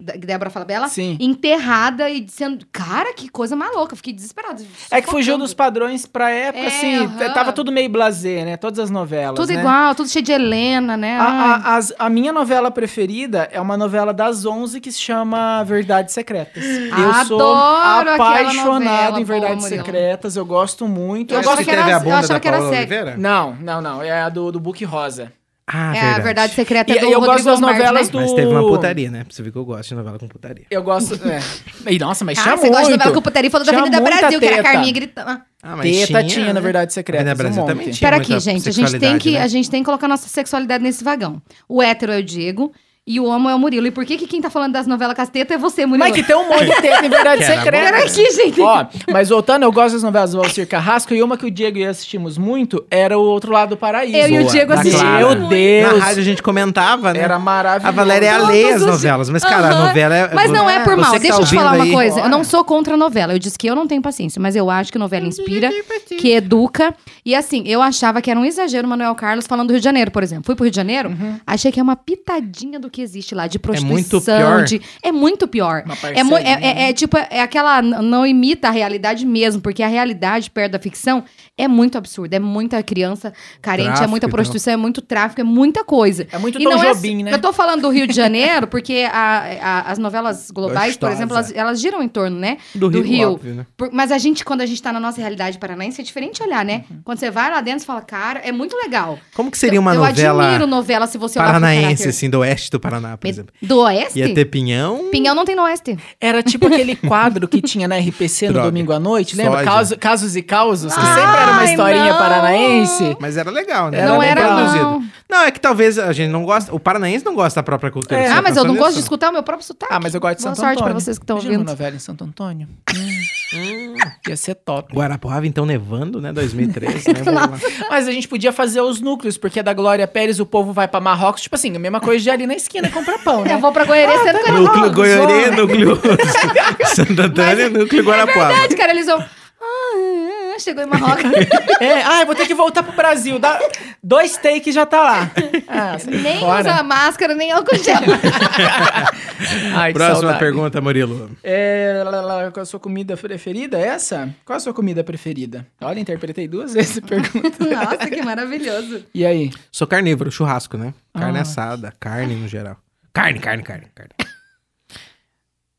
da- que Débora fala bela,
Sim.
enterrada e dizendo, cara, que coisa maluca, eu fiquei desesperada.
É que fugiu
sufocando.
dos padrões pra época,
É,
assim.
aham.
Tava tudo meio blasé, né? Todas as novelas.
Tudo
né? Ah,
igual, tudo cheio de Helena, né? Ai.
A, a- as- a minha novela preferida é uma novela das 11 que se chama Verdades Secretas. eu sou
Ah, Adoro aquela novela,
apaixonado em
boa,
Verdades
Murilo.
Secretas, eu gosto muito.
Eu
Eu
achava
gosto...
que era- eu achava que era série.
Não, não, não. É a do, do Book Rosa.
Ah,
é a verdade secreta
E
do
eu gosto
Rodrigo
das
Lombardi,
novelas
né?
do-
Mas teve uma putaria, né? Pra você ver que eu gosto de novela com putaria.
Eu gosto. é. E, nossa, mas chama
Ah, você gosta de novela com
muito.
putaria, falou da
Tinha
Avenida
muita
Brasil, que era a
teta.
Carminha gritando.
Ah,
Teta tinha, na verdade, um secreta.
Avenida Brasil também tinha.
Espera
muita
né? aqui, gente, a gente, tem
sexualidade,
que,
né?
a gente tem que colocar nossa sexualidade nesse vagão. O hétero é o Diego e o homo é o Murilo. E por que, que quem tá falando das novelas casteta é você, Murilo?
Mas que tem um monte de teta em Verdades
Que era
Secretas.
Pera aqui, gente.
Ó, mas voltando, eu gosto das novelas do Valcir Carrasco e uma que o Diego e eu assistimos muito era o Outro Lado do Paraíso.
Eu e o
Boa,
Diego
da
assistimos.
Clara.
Meu Deus.
Na rádio a gente comentava, né?
Era maravilhoso.
A Valéria é alheia às
Todos os-
novelas, mas, cara,
Aham.
a novela é.
Mas não é por
Você
mal.
que
Deixa
tá
eu te falar
ouvindo
uma
aí,
coisa. Eu não
Bora.
sou contra a novela. Eu disse que eu não tenho paciência, mas eu acho que novela inspira, que educa. E assim, eu achava que era um exagero o Manuel Carlos falando do Rio de Janeiro, por exemplo. Fui pro Rio de Janeiro,
Uhum.
achei que é uma pitadinha do que existe lá, de prostituição.
É muito pior.
de- É muito pior.
Uma
É, mu- é-
parcelinha.
é- é tipo, é aquela. n- Não imita a realidade mesmo, porque a realidade perto da ficção é muito absurda. É muita criança carente, é
Tráfico então.
muita
e tal.
prostituição, é muito tráfico, é muita coisa.
É muito
E
Tom
não é-
Jobim, né?
Eu tô falando do Rio de Janeiro porque a- a- as novelas globais, por
Gostosa.
exemplo, elas, elas giram em torno, né?
Do
do
Rio.
Rio.
óbvio, né?
Por- mas a gente, quando a gente tá na nossa realidade paranaense, é diferente olhar, né? Quando você vai lá dentro, você fala, cara, é muito legal.
Como que seria
Eu-
uma
eu, admiro
novela
novela se você olhar pro
paranaense,
caráter.
assim, do oeste do Paraná, por exemplo?
Do Oeste?
Ia ter pinhão.
Pinhão não tem no Oeste.
Era tipo aquele quadro que tinha na RPC no
Droga.
domingo à noite, lembra?
Soja.
Caso- casos e causos, que
Ai,
sempre era uma historinha
não.
paranaense.
Mas era legal, né?
Era
não
bem
era,
legal.
produzido.
não.
Não, é que talvez a gente não gosta. O paranaense não gosta da própria cultura.
É.
você
Ah,
já
mas eu não
pensou
gosto de
nisso?
escutar o meu próprio sotaque.
Ah, mas eu gosto de
Boa
Santo
sorte pra
Antônio.
vocês que estão
Imagina uma
ouvindo.
novela em Santo Antônio. Hum, ia ser top.
Guarapuava, então, nevando, né? 2003, né? Vamos lá.
Mas a gente podia fazer os núcleos, porque é da Glória Pérez o povo vai pra Marrocos, tipo assim, a mesma coisa de ali na esquina comprar pão, né?
Eu vou pra Goiânia sendo que eu não
Núcleo
vou.
Goiorê, núcleo Santo Antônio, núcleo Guarapuava.
Verdade, cara, eles vão... Ah, chegou em Marrocos.
É, ah, eu vou ter que voltar pro Brasil. Dá dois takes já tá lá. Ah, sai
Nem
fora.
usa máscara, nem álcool gel.
Ai, que
Próxima
saudade.
pergunta, Murilo.
É, lá, lá, lá, qual a sua comida preferida? É Essa? Qual a sua comida preferida? Olha, interpretei duas vezes a pergunta.
Nossa, que maravilhoso.
E aí?
Sou carnívoro, churrasco, né? Carne
Ah.
assada, carne no geral. Carne, carne, carne, carne.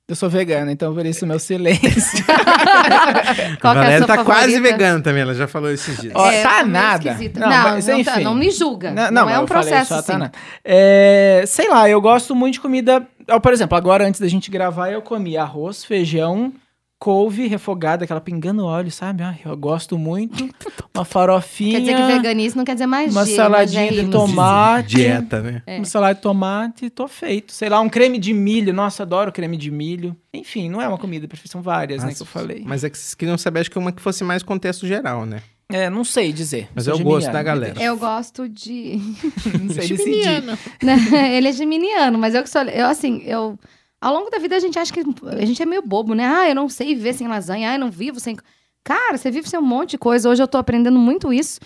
Eu sou vegana, então por isso meu silêncio.
Qual
a
que é a
Valéria
sua
tá quase
favorita?
vegana também, ela já falou esses dias.
Ó,
É,
tá
meio
nada.
esquisita.
Não,
Não,
mas
não tá-
enfim.
não me julga. Não, é
mas
um
eu falei
processo
só, tá
assim.
na- É, sei lá, eu gosto muito de comida. ó, por exemplo, agora antes da gente gravar, eu comi arroz, feijão, couve refogada, aquela pingando óleo, sabe? Ah, eu gosto muito. Uma farofinha.
Quer dizer que veganismo não quer dizer mais
Uma
G,
saladinha
mas é
de
isso.
tomate.
Dieta, né?
É.
Um salada de tomate, tô feito. Sei lá, um creme de milho. Nossa, adoro creme de milho. Enfim, não é uma comida, perfeita, são várias, né,
Mas-
que eu falei.
Mas é que vocês queriam saber, acho que uma que fosse mais contexto geral, né?
É, não sei dizer.
Mas
Sou
é o gosto
geminiano,
da galera.
Eu gosto de.
é
Não sei decidir.
Né? ele é geminiano, mas eu que sou. Eu, assim, eu. Ao longo da vida a gente acha que. A gente é meio bobo, né? Ah, eu não sei viver sem lasanha. Ah, eu não vivo sem. Cara, você vive sem um monte de coisa. Hoje eu tô aprendendo muito isso.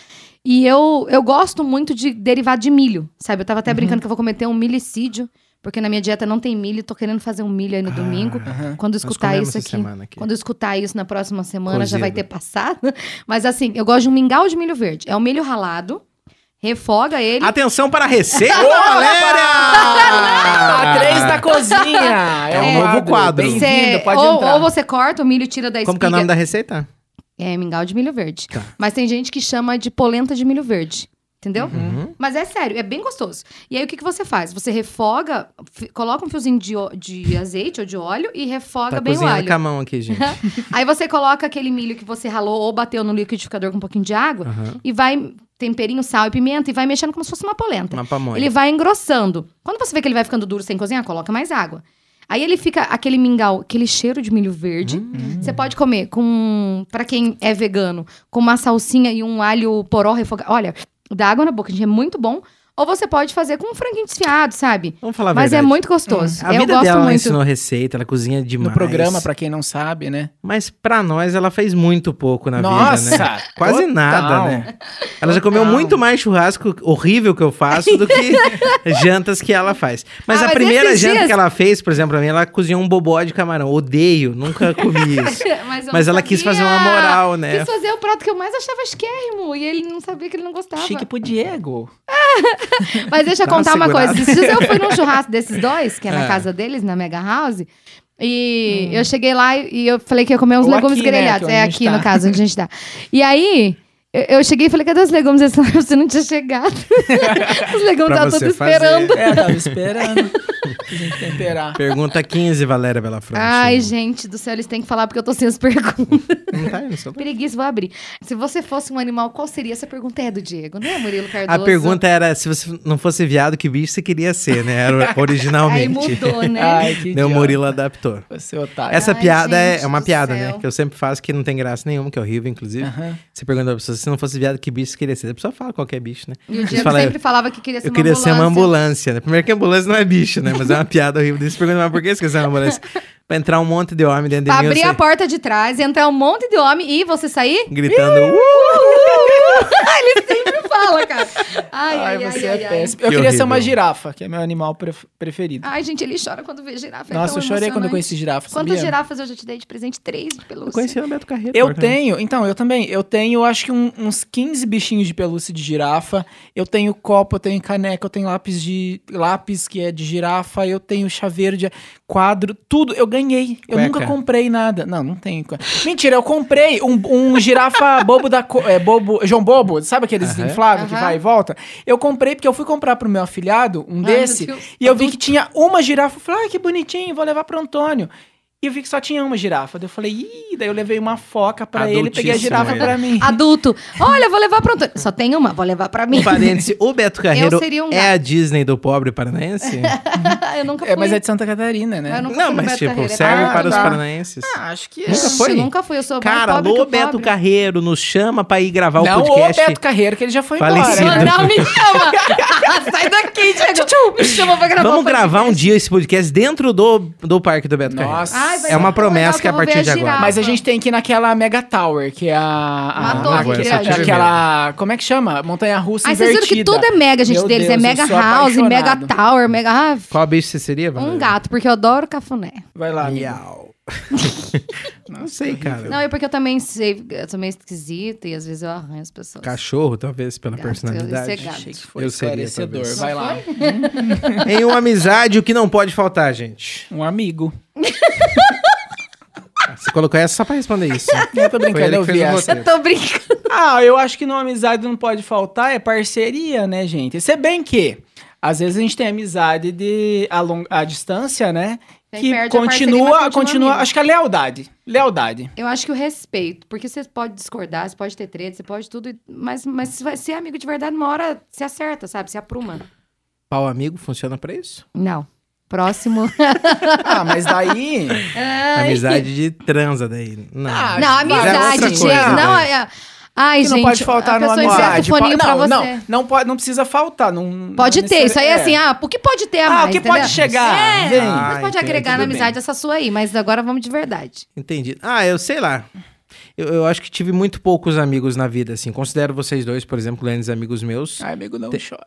E eu, eu gosto muito de derivado de milho, sabe? Eu tava
Uhum.
até brincando que eu vou cometer um milicídio, porque na minha dieta não tem milho. Tô querendo fazer um milho aí no domingo.
Aham.
Quando eu
Ah, Nós
escutar
comemos
isso
essa
aqui.
semana aqui.
Quando eu escutar isso na próxima semana, já vai
Cozido.
ter passado. Mas assim, eu gosto de um mingau de milho verde. É um milho ralado, refoga ele.
Atenção para a receita, Valéria!
A Ah, três da cozinha! É,
É
um
um novo quadro.
Bem-vindo,
Cê-
pode
ou,
entrar.
ou você corta o milho e tira da
Como que é
espiga.
o nome Tá. da receita?
É mingau de milho verde. Mas tem gente que chama de polenta de milho verde. Entendeu?
Uhum.
Mas é sério, é bem gostoso. E aí o que, que você faz? Você refoga, fi- coloca um fiozinho de, ó- de azeite ou de óleo e refoga
Tá
bem o
cozinhando
alho.
com a mão aqui, gente.
Aí você coloca aquele milho que você ralou ou bateu no liquidificador com um pouquinho de água
Aham.
e vai temperinho, sal e pimenta e vai mexendo como se fosse uma polenta.
Uma pamonha.
Ele vai engrossando. Quando você vê que ele vai ficando duro sem cozinhar, coloca mais água. Aí ele fica aquele mingau, aquele cheiro de milho verde.
Hum.
Você pode comer com, Pra quem é vegano, com uma salsinha e um alho poró refogado. Olha, dá água na boca, gente, é muito bom. Ou você pode fazer com um franguinho desfiado, sabe?
Vamos falar a
Mas é
Ah, verdade.
muito gostoso.
A
Eu
vida
gosto
dela ela
muito.
ensinou receita, ela cozinha demais.
No programa, pra quem não sabe, né?
Mas pra nós ela fez muito pouco na
Nossa!
vida, né? Quase
total.
nada, né? Ela já comeu
Total.
muito mais churrasco horrível que eu faço do que jantas que ela faz. Mas
Ah,
a
mas
primeira
esses
janta
dias-
que ela fez, por exemplo, pra mim, ela cozinhou um bobó de camarão. Odeio, nunca comi isso.
Mas, eu
Mas
não
ela quis
sabia.
fazer uma moral, né?
Quis fazer o prato que eu mais achava esquermo. E ele não sabia que ele não gostava.
Chique pro Diego.
Mas deixa eu
Dá uma
contar uma
segurada.
coisa. Esses dias eu fui num churrasco desses dois, que é na
É. Hum.
casa deles, na Mega House. E eu cheguei lá e e eu falei que ia comer uns
Ou
legumes
aqui, né,
grelhados.
que é
é
onde a gente
aqui,
tá.
no caso, onde a gente tá. E aí, eu, eu cheguei e falei, cadê os legumes? Eles falaram, você não tinha chegado. os legumes
Pra
estavam
você
todos
fazer.
esperando.
É, tava esperando a gente temperar.
Pergunta 15, Valéria Belafronte.
Ai, gente do céu, eles têm que falar porque eu tô sem as perguntas.
Não tá aí no celular?
Preguiça, vou abrir. Se você fosse um animal, qual seria? Essa pergunta é do Diego, não é, Murilo
A
Cardoso?
pergunta era se você não fosse viado, que bicho você queria ser, né? Era
Aí
originalmente.
mudou, né?
Ai, que
Daí o
idiota.
Murilo adaptou.
Você é otário.
Essa
Ai,
piada é- é
gente
uma
do
piada,
céu.
né? Que eu sempre faço, que não tem graça nenhuma, que é horrível, inclusive.
Aham.
Você pergunta pra pessoa, se não fosse viado, que bicho você queria ser? A pessoa fala qualquer bicho, né?
E o
Você
Diego
fala,
sempre falava que queria ser
eu
uma
queria ser uma
ambulância.
ambulância, né? Primeiro que ambulância não é bicho, né? Mas é uma piada horrível. Daí Você pergunta, mas por que você quer ser uma ambulância? pra entrar um monte de homem dentro de
Pra
mim, eu
abrir a
sei,
porta de trás, entrar um monte de homem e você sair?
gritando... "Uh!"
Ele sempre fala, cara. Ai,
Ai,
ai, ai,
você
ai,
é
ai.
péssimo. Eu
Que
queria ser uma
horrível.
girafa, que é meu animal pref- preferido.
Ai, gente, ele chora quando vê girafa. é
Nossa,
tão
eu chorei quando eu
emocionante.
conheci girafa,
Quantas
sabia?
girafas eu já te dei de presente? Três de pelúcia.
Eu conheci o Beto Carreiro.
Eu
por acaso.
tenho, então, eu também. Eu tenho, acho que um- uns 15 bichinhos de pelúcia de girafa. Eu tenho copo, eu tenho caneca, eu tenho lápis de lápis que é de girafa, eu tenho chaveiro de quadro, tudo. Eu ganhei. Eu
Cueca.
nunca comprei nada. Não, não tenho. cueca. Mentira, eu comprei um, um girafa bobo da co- é, bobo, João Bobo, sabe aqueles
Aham.
infláveis que
Aham.
vai e volta? Eu comprei porque eu fui comprar pro meu afilhado um
Ai,
desse
meu Deus.
e eu vi que tinha uma girafa. Eu falei, ai, que bonitinho, vou levar pro Antônio. E eu vi que só tinha uma girafa. Daí eu falei, ih, daí eu levei uma foca pra ele, peguei a
Adultíssimo
girafa
ele.
pra mim.
Adulto. Olha, eu vou levar pra Antônio. Só tem uma, vou levar pra mim.
Um parêntese, o Beto Carreiro
seria um
é a Disney do pobre paranaense?
eu nunca fui.
É, mas é de Santa Catarina, né?
Eu nunca
não,
fui no
mas
Beto
tipo,
Carreiro, é
serve
barato.
para os
tá.
paranaenses.
Ah, acho que é.
Nunca
Não,
foi?
eu Nunca fui, eu sou mais
Cara,
pobre que
alô,
o
Beto
pobre.
Carreiro, nos chama pra ir gravar
não
o
o
podcast.
Beto Carreiro, que ele já foi
Falecido.
embora.
Mano,
né?
Não, me chama! Sai daqui, Diego! Me chama pra gravar o
Vamos
podcast.
gravar um dia esse podcast dentro do, do parque do Beto Carreiro.
Nossa.
Ai, vai
É uma
ser tão legal
promessa que
eu
a
vou ver
partir de agora.
girafa.
Mas a gente tem que ir naquela Mega Tower, que é a. a
Uma torre
a-
que
aquela-
vira-
aquela. Como é que chama? Montanha russa.
Aí vocês
invertida.
viram que tudo é mega, gente,
Meu
deles. é
Deus, eu
mega
sou
house,
apaixonado.
mega tower, mega. Ah,
Qual bicho você seria, Valéria?
Um gato, porque eu adoro cafuné.
Vai lá. amigo.
Miau. Não sei, cara.
Não, é porque eu também sei, eu sou meio esquisita e às vezes eu arranho as pessoas.
Cachorro, talvez, pela
Gato, eu ia ser
personalidade.
gato.
Achei que foi
Eu seria,
esclarecedor.
talvez.
Vai lá.
Em uma amizade, o que não pode faltar, gente?
Um amigo.
Você Ah, colocou essa só pra responder isso.
Eu
Foi ele
tô brincando,
que
eu
fez
vi
o
essa.
roteiro.
Eu tô brincando.
Ah, eu acho que numa amizade não pode faltar é parceria, né, gente? Se bem que às vezes a gente tem amizade de a, long, a distância, né?
Daí
Que
perde a parceria, mas
continua,
continua
continua.
amigo.
Acho que a lealdade. Lealdade.
Eu acho que o respeito, porque você pode discordar, você pode ter treta, você pode tudo, mas, mas se vai ser amigo de verdade, uma hora se acerta, sabe? Se apruma.
Pau amigo funciona pra isso?
Não. Próximo. Ah,
Ah, mas daí.
Ai.
Amizade de transa daí. Não,
Ah,
Não,
Mas é
amizade,
outra
gente.
coisa,
Não,
né?
é. é- Ai,
que
gente.
não pode faltar
a
numa
pessoa inserta
amizade.
o foninho
Pa-
pra
não,
você.
não, não pode, não precisa faltar. Não,
Pode
não
ter, isso aí é
necessari-
assim, ah, o que pode ter a
Ah,
mais,
o que
entendeu?
pode chegar?
É,
Vem.
Ah,
Mas pode
entendi,
agregar
tudo
na amizade essa sua aí, mas agora vamos de verdade.
Entendi. Ah, eu sei lá. Eu, eu acho que tive muito poucos amigos na vida, assim. Considero vocês dois, por exemplo, grandes amigos meus.
Ai, amigo, não chora.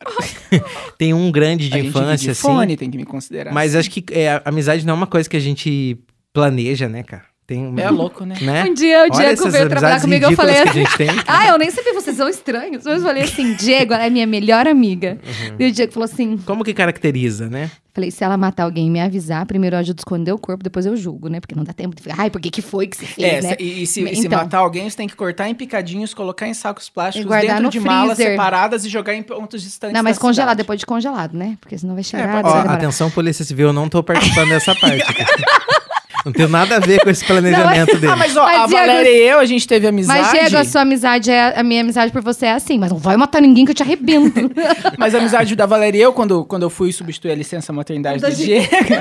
Tem um grande de
A gente
infância,
vive
assim.
fone, tem que me considerar.
Mas acho que é, a amizade não é uma coisa que a gente planeja, né, cara? Tem uma,
é louco, né?
né?
Um dia o
Olha
Diego
essas
veio trabalhar
amizades
comigo eu
ridículas
falei
que a gente
assim,
tem.
Ah, eu nem sabia, vocês são estranhos. Mas eu falei assim, Diego, ela é minha melhor amiga.
Uhum.
E o Diego falou assim:
Como que caracteriza, né?
falei, se ela matar alguém e me avisar, primeiro eu ajudo a esconder o corpo, depois eu julgo, né? Porque não dá tempo de ficar. Ai, por que, que foi que você fez,
É,
né?
se- e, e se, e se
Então.
matar alguém, você tem que cortar em picadinhos, colocar em sacos plásticos,
guardar
dentro
no
de malas
freezer.
separadas e jogar em pontos distantes.
Não, mas
da
congelar
cidade.
depois de congelado, né? Porque senão vai chegar. vai
pode
tá É, Ó,
ser.
demorar.
atenção, Polícia Civil, eu não tô participando dessa parte. Não tem nada a ver com esse planejamento dele.
Ah, mas ó,
Mas,
a
Diego,
Valéria e eu, a gente teve amizade.
Mas, Diego, a sua amizade é. A minha amizade por você é assim, mas não vai matar ninguém que eu te arrebento.
Mas a amizade da Valéria e eu, quando, quando eu fui substituir a licença maternidade
Da
do
gente.
Diego,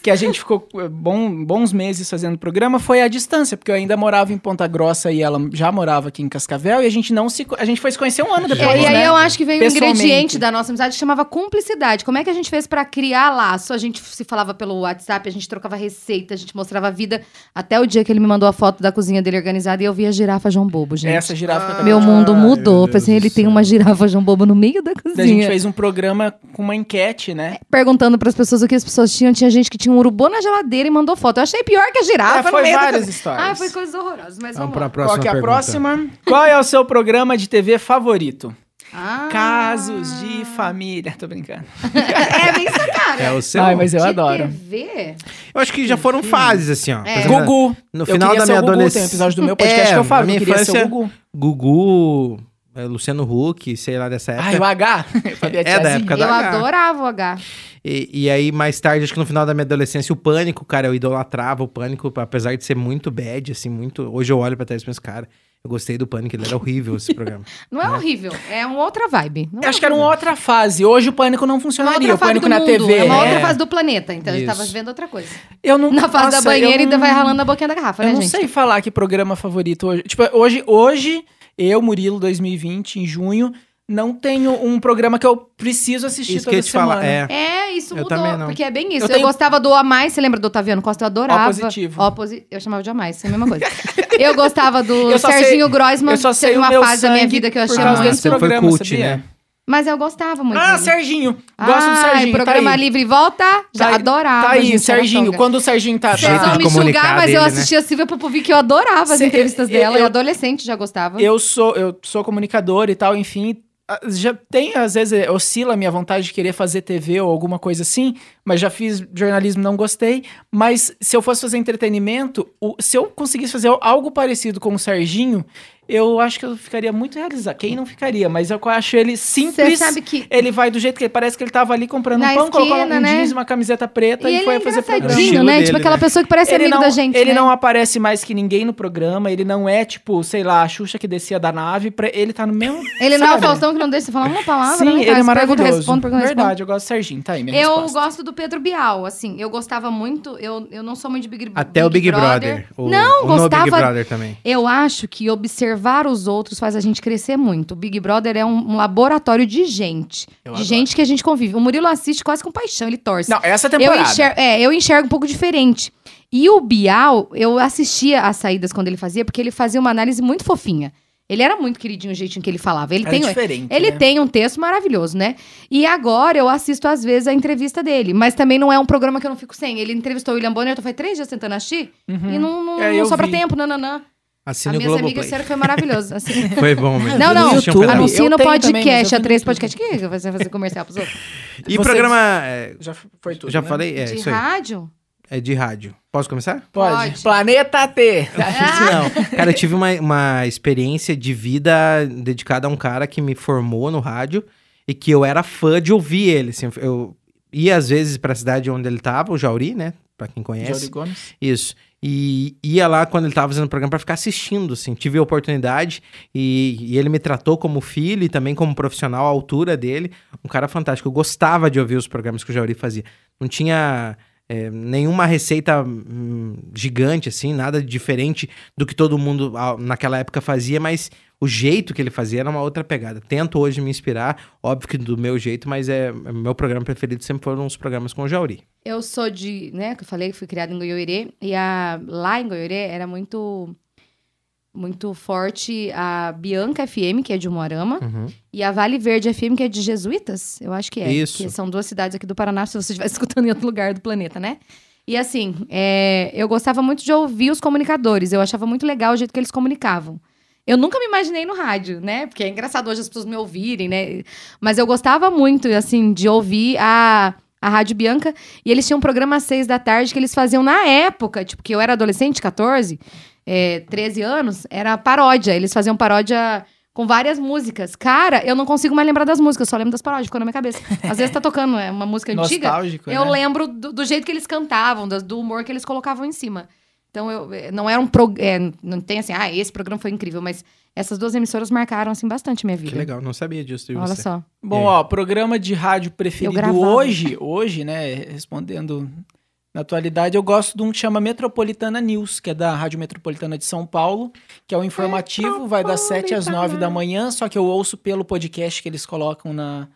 que a gente ficou eh, bom- bons meses fazendo programa, foi à distância, porque eu ainda morava em Ponta Grossa e ela já morava aqui em Cascavel, e a gente não se. co- A gente foi se conhecer um ano
É, e
depois.
aí
né?
eu acho que veio um
Pessoalmente.
ingrediente da nossa amizade que chamava cumplicidade. Como é que a gente fez pra criar laço? A gente se falava pelo WhatsApp, a gente trocava receita, a gente mostrava a vida. Até o dia que ele me mandou a foto da cozinha dele organizada e eu vi a girafa João Bobo, gente.
Essa é Ah, girafa que eu tava
Meu
te
mundo
Ai, meu
mudou.
Deus
Pensei,
do
ele tem
céu.
uma girafa João Bobo no meio da
A gente
cozinha.
fez um programa com uma enquete, né?
Perguntando pras pessoas o que as pessoas tinham. Tinha gente que tinha um urubu na geladeira e mandou foto. Eu achei pior que a
Ah,
girafa no
foi
meio da
várias
cozinha.
histórias.
Ah, foi coisas horrorosas, mas vamos,
Vamos para a
lá.
próxima
Qual que é a
pergunta.
próxima? Qual é o seu programa de TV favorito?
Ah.
Casos de família. Tô brincando.
É bem essa cara.
É o seu.
Ai, mas eu
De
adoro.
TV?
Eu acho que já foram fases, assim, ó.
É.
Gugu.
Gugu.
No
Eu
final
queria
da
ser
minha
o Gugu,
adolescência.
Tem um episódio do meu podcast
É,
que eu falo
na
que eu
minha
queria ser o
infância-
Gugu.
Gugu, eh, Luciano Huck, sei lá, dessa época.
Ai, o H. Eu falei a
É da
tiazinha.
época
Eu
da- H.
adorava o H.
E, e aí, mais tarde, acho que no final da minha adolescência, o pânico, cara, eu idolatrava o pânico, apesar de ser muito bad, assim, muito. Hoje eu olho pra trás e penso, cara, eu gostei do pânico, ele era horrível esse programa.
Não é, horrível, é uma outra vibe. Não
Né? Eu
é
Acho que era uma outra fase. Hoje o pânico não
uma
funcionaria.
outra
O
fase
pânico
do
na
mundo,
TV.
é uma
né?
outra fase do planeta. Então
Isso.
eu tava vendo outra coisa.
Eu não,
Na fase da
Nossa,
banheira
eu
ainda
não-
vai ralando a boquinha da garrafa,
Eu
né,
não
gente?
sei falar que programa favorito hoje. Tipo, hoje, hoje, eu, Murilo, 2020, em junho, não tenho um programa que eu preciso assistir
Isso que
toda
eu ia te
semana.
falar. É.
É, isso
Eu também
mudou,
não.
porque é bem isso. Eu,
Eu tenho-
gostava do A mais, você lembra do Otaviano Costa? Eu adorava.
Ó positivo.
Ó posi- Eu chamava de A mais, é a mesma coisa. eu gostava do
Eu só sei-
Serginho Grossman,
Eu só sei
teve
o
uma
meu
fase da minha
sangue
vida que eu
por
achei
causa
muito.
desse
Você Ah, foi
programa,
cult,
sabia?
né?
Mas eu gostava muito.
Ah,
dele.
Serginho. Gosto do
Ai,
Serginho.
programa
tá aí.
livre volta, já
Tá aí-
adorava.
Tá aí,
gente,
Serginho.
Saratoga.
Quando o Serginho tá...
Vocês
Jeito
tá
vão
de
me
comunicar
julgar, mas eu
dele, né?
assistia a Silvia Popovic, que eu adorava as
Cê-
entrevistas
eu-
dela. Eu,
eu-
adolescente já gostava.
eu sou, eu sou comunicador e tal, enfim. ah, Já tem, às vezes, eh, oscila a minha vontade de querer fazer TV ou alguma coisa assim, mas já fiz jornalismo, não gostei. Mas se eu fosse fazer entretenimento, o- se eu conseguisse fazer algo parecido com o Serginho, eu acho que eu ficaria muito realizado. Quem não ficaria? Mas eu acho ele
Você
simples.
sabe que...
Ele vai do jeito que ele parece que ele tava ali comprando
Na
um pão, colocou
esquina,
um
né?
jeans, uma camiseta
E
preta e,
ele
foi
é
fazer programa
engraçadinho,
É o
né?
estilo
tipo
dele,
aquela
né?
pessoa que parece amigo
não,
da gente,
ele
né?
não aparece mais que ninguém no programa, ele não é tipo, sei lá, a Xuxa que descia da nave, pra... ele tá no mesmo.
Ele não é o
sabe?
Faustão que não deixa você falar uma palavra,
Sim,
né? cara?
ele é
Você
maravilhoso.
Pergunta, responde, pergunta, responde.
Verdade, eu gosto do Serginho, tá aí minha
Eu
resposta.
gosto do Pedro Bial, assim. Eu gostava muito... Eu, eu não sou muito de Big,
Até o Big Brother. o-
Não,
o No Big
gostava
Brother também.
Eu acho que observar os outros faz a gente crescer muito. O Big Brother é um, um laboratório de gente.
Eu
de
adoro.
gente que a gente convive. O Murilo assiste quase com paixão, ele torce.
Não, essa
eu
temporada.
enxergo, é, eu enxergo um pouco diferente. E o Bial, eu assistia às saídas quando ele fazia, porque ele fazia uma análise muito fofinha. Ele era muito queridinho o jeitinho que ele falava. Ele
Era
tem
diferente,
ele
né?
tem um texto maravilhoso, né? E agora eu assisto às vezes a entrevista dele, mas também não é um programa que eu não fico sem. Ele entrevistou o William Bonner, eu faz três dias tentando assistir
Uhum.
e não, não,
É,
não
eu
sobra
vi.
tempo, nananã. As
Assine o
minhas
Globoplay.
amigas disseram que foi maravilhoso. Assim.
Foi bom mesmo.
Não, não,
Eles tinham um
YouTube.
pedaço.
anuncia
Eu
no
tenho também, mas
podcast,
eu vi
a
no
três
YouTube.
podcast. O que você vai fazer comercial pros outros?
E
Vocês-
programa... É,
Já f- foi tudo.
já
né?
falei? É,
De
isso aí.
rádio?
É de rádio. Posso começar?
Pode.
Pode.
Planeta T.
Não. Cara, eu tive uma, uma experiência de vida dedicada a um cara que me formou no rádio e que eu era fã de ouvir ele. assim, eu ia às vezes pra cidade onde ele tava, o Jauri, né? Pra quem conhece.
Jorge Gomes.
Isso. E ia lá quando ele tava fazendo o programa pra ficar assistindo, assim. Tive a oportunidade e, e ele me tratou como filho e também como profissional à altura dele. Um cara fantástico. Eu gostava de ouvir os programas que o Jauri fazia. Não tinha é, nenhuma receita hum, gigante, assim, nada diferente do que todo mundo ah, naquela época fazia, mas o jeito que ele fazia era uma outra pegada. Tento hoje me inspirar, óbvio que do meu jeito, mas é meu programa preferido sempre foram os programas com o Jauri.
Eu sou de, né, que eu falei que fui criada em Goiôerê, e a, lá em Goiôerê era muito muito forte a Bianca FM, que é de Moarama, e a Vale Verde FM, que é de Jesuítas, eu acho que é.
Isso.
Que são duas cidades aqui do Paraná, se você estiver escutando em outro lugar do planeta, né? E assim, é, eu gostava muito de ouvir os comunicadores, eu achava muito legal o jeito que eles comunicavam. Eu nunca me imaginei no rádio, né? Porque é engraçado hoje as pessoas me ouvirem, né? Mas eu gostava muito, assim, de ouvir a, a Rádio Bianca. E eles tinham um programa às seis da tarde que eles faziam na época, tipo, que eu era adolescente, 14, é, 13 anos, era paródia. Eles faziam paródia com várias músicas. Cara, eu não consigo mais lembrar das músicas, eu só lembro das paródias, ficou na minha cabeça. Às vezes tá tocando é, uma música antiga,
Nostálgico,
eu
né?
lembro do, do jeito que eles cantavam, das- do humor que eles colocavam em cima. Então, eu, eh, não era um pro, é, não tem assim, ah, esse programa foi incrível, mas essas duas emissoras marcaram, assim, bastante minha vida.
Que legal, não sabia disso de
Olha
você.
só.
Bom,
É.
ó, programa de rádio preferido
gravava.
hoje, hoje, né, respondendo na atualidade, eu gosto de um que chama Metropolitana News, que é da Rádio Metropolitana de São Paulo, que é o informativo, vai das 7 às 9 da manhã, só que eu ouço pelo podcast que eles colocam na,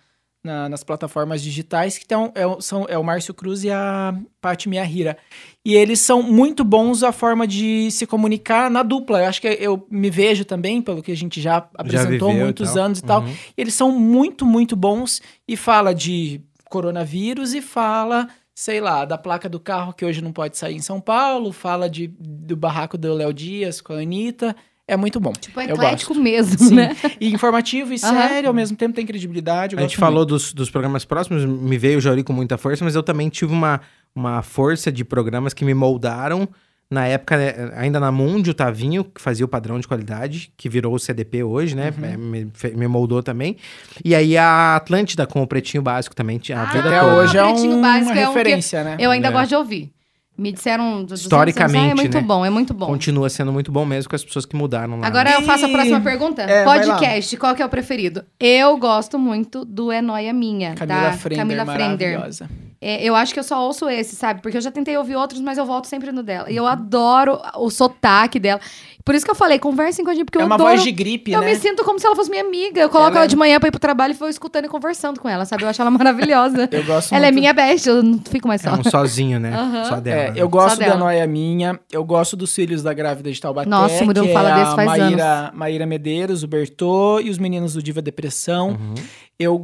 na- nas plataformas digitais, que tão, é, o- são, é o Márcio Cruz e a Paty Miyahira. E eles são muito bons a forma de se comunicar na dupla. Eu acho que eu me vejo também, pelo que a gente já apresentou há
viveu e
muitos
tal.
anos e tal.
Uhum.
Eles são muito, muito bons e fala de coronavírus e fala, sei lá, da placa do carro que hoje não pode sair em São Paulo, fala de, do barraco do Léo Dias com a Anitta. É muito bom.
Tipo,
Eu
eclético mesmo,
Sim.
né?
E informativo e
Aham.
sério, ao mesmo tempo tem credibilidade. eu
A gente
gosto
falou dos, dos programas próximos, me veio o Jauri com muita força, mas eu também tive uma, uma força de programas que me moldaram. Na época, né, ainda na Mundi, o Tavinho, que fazia o padrão de qualidade, que virou o CDP hoje, né?
Uhum.
É, Me, fe- me moldou também. E aí a Atlântida com o Pretinho Básico também, tinha a
Ah,
vida
muito. Até
toda.
hoje é
Pretinho
um-
Básico
uma
é um que-
referência, né?
Eu ainda
É.
gosto de ouvir. Me disseram do- dos
Historicamente,
anos, ah, é muito
né?
bom, é muito bom.
Continua sendo muito bom mesmo com as pessoas que mudaram lá. né?
Agora eu faço a próxima pergunta.
É, vai
Podcast, qual que é o preferido? Eu gosto muito do É Noia Minha,
Camila
da
Frender,
Camila Frender.
maravilhosa.
É, eu acho que eu só ouço esse, sabe? Porque eu já tentei ouvir outros, mas eu volto sempre no dela. E eu
Uhum.
adoro o sotaque dela. Por isso que eu falei, conversem com a gente, porque
É
eu
uma
adoro...
voz de gripe,
Eu
né?
me sinto como se ela fosse minha amiga. Eu coloco
Ela
ela,
é-
de manhã pra ir pro trabalho e vou escutando e conversando com ela, sabe? Eu acho ela maravilhosa.
Eu gosto
ela é
um muito
minha best, eu não fico mais
É
só.
um sozinho, né?
Aham.
Só dela.
É,
né?
eu gosto
Só
da
dela.
Noia Minha, eu gosto dos Filhos da Grávida de Taubaté,
Nossa, o Murilo
que
fala
é
desse
a
faz
Maíra, Maíra Medeiros, o Bertô e os meninos do Diva Depressão.
Uhum.
Eu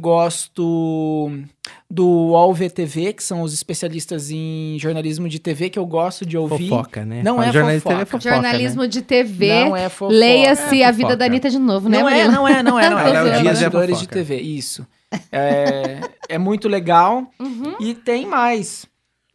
gosto do AlvTV, que são os especialistas em jornalismo de TV, que eu gosto de ouvir.
Fofoca, né?
Não é
jornalista,
fofoca.
ele fofoca, né?
Jornalismo de TV.
Não é fofoca.
Leia-se a vida
fofoca.
da Anitta de novo, né,
Não é,
Murilo?
não é, não é, não é.
Léo
É
Dias é
bastidores de
fofoca.
TV, isso. É, é muito legal.
Uhum.
E tem mais.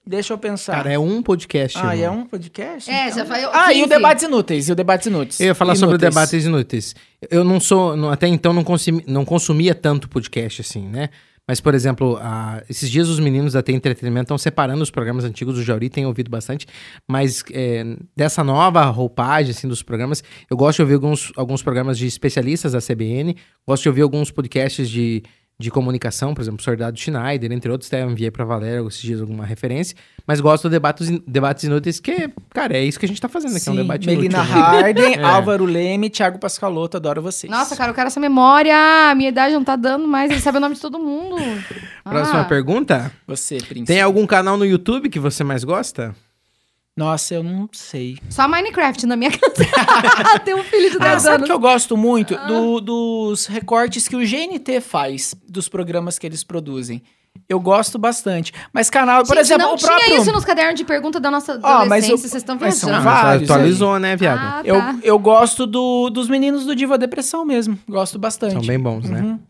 Deixa eu pensar.
Cara, é um podcast.
ah, e é
irmão.
um podcast?
É,
Então-
já foi
Ah, e o
15.
Debates Inúteis, e o Debates Inúteis.
Eu ia falar sobre
Inúteis.
debates inúteis. Eu não sou, não- até então não, consumi- não consumia tanto podcast assim, né? Mas, por exemplo, a- esses dias os meninos da T Entretenimento estão separando os programas antigos do Jauri, tenho ouvido bastante, mas é, dessa nova roupagem assim, dos programas, eu gosto de ouvir alguns, alguns programas de especialistas da CBN, gosto de ouvir alguns podcasts de, de comunicação, por exemplo, Soldado Schneider, entre outros, até enviei para Valéria esses dias alguma referência, mas gosto de debates, in- debates inúteis, que, cara, é isso que a gente tá fazendo aqui, é um
Sim,
debate
Melina
inútil. né?
Harden,
É.
Álvaro Leme, Thiago Pascaloto, adoro vocês.
Nossa, cara, eu quero essa memória. A minha idade não tá dando mais. Ele sabe o nome de todo mundo.
Próxima
Ah,
pergunta.
Você, príncipe.
Tem algum canal no YouTube que você mais gosta?
Nossa, eu não sei.
Só Minecraft na minha casa. Tem um filho de
Ah,
10
sabe
anos. Ah.
que eu gosto muito? Do- dos recortes que o GNT faz dos programas que eles produzem. Eu gosto bastante. Mas canal, por
Gente,
exemplo,
não
o próprio.
tinha isso nos cadernos de pergunta da nossa
Ó, mas
adolescência,
eu-
vocês estão
mas são
viajando.
vários.
Mas atualizou, né, viado?
Ah, tá.
eu, eu gosto do, dos meninos do Diva Depressão mesmo. Gosto bastante.
São bem bons, né?
Uhum.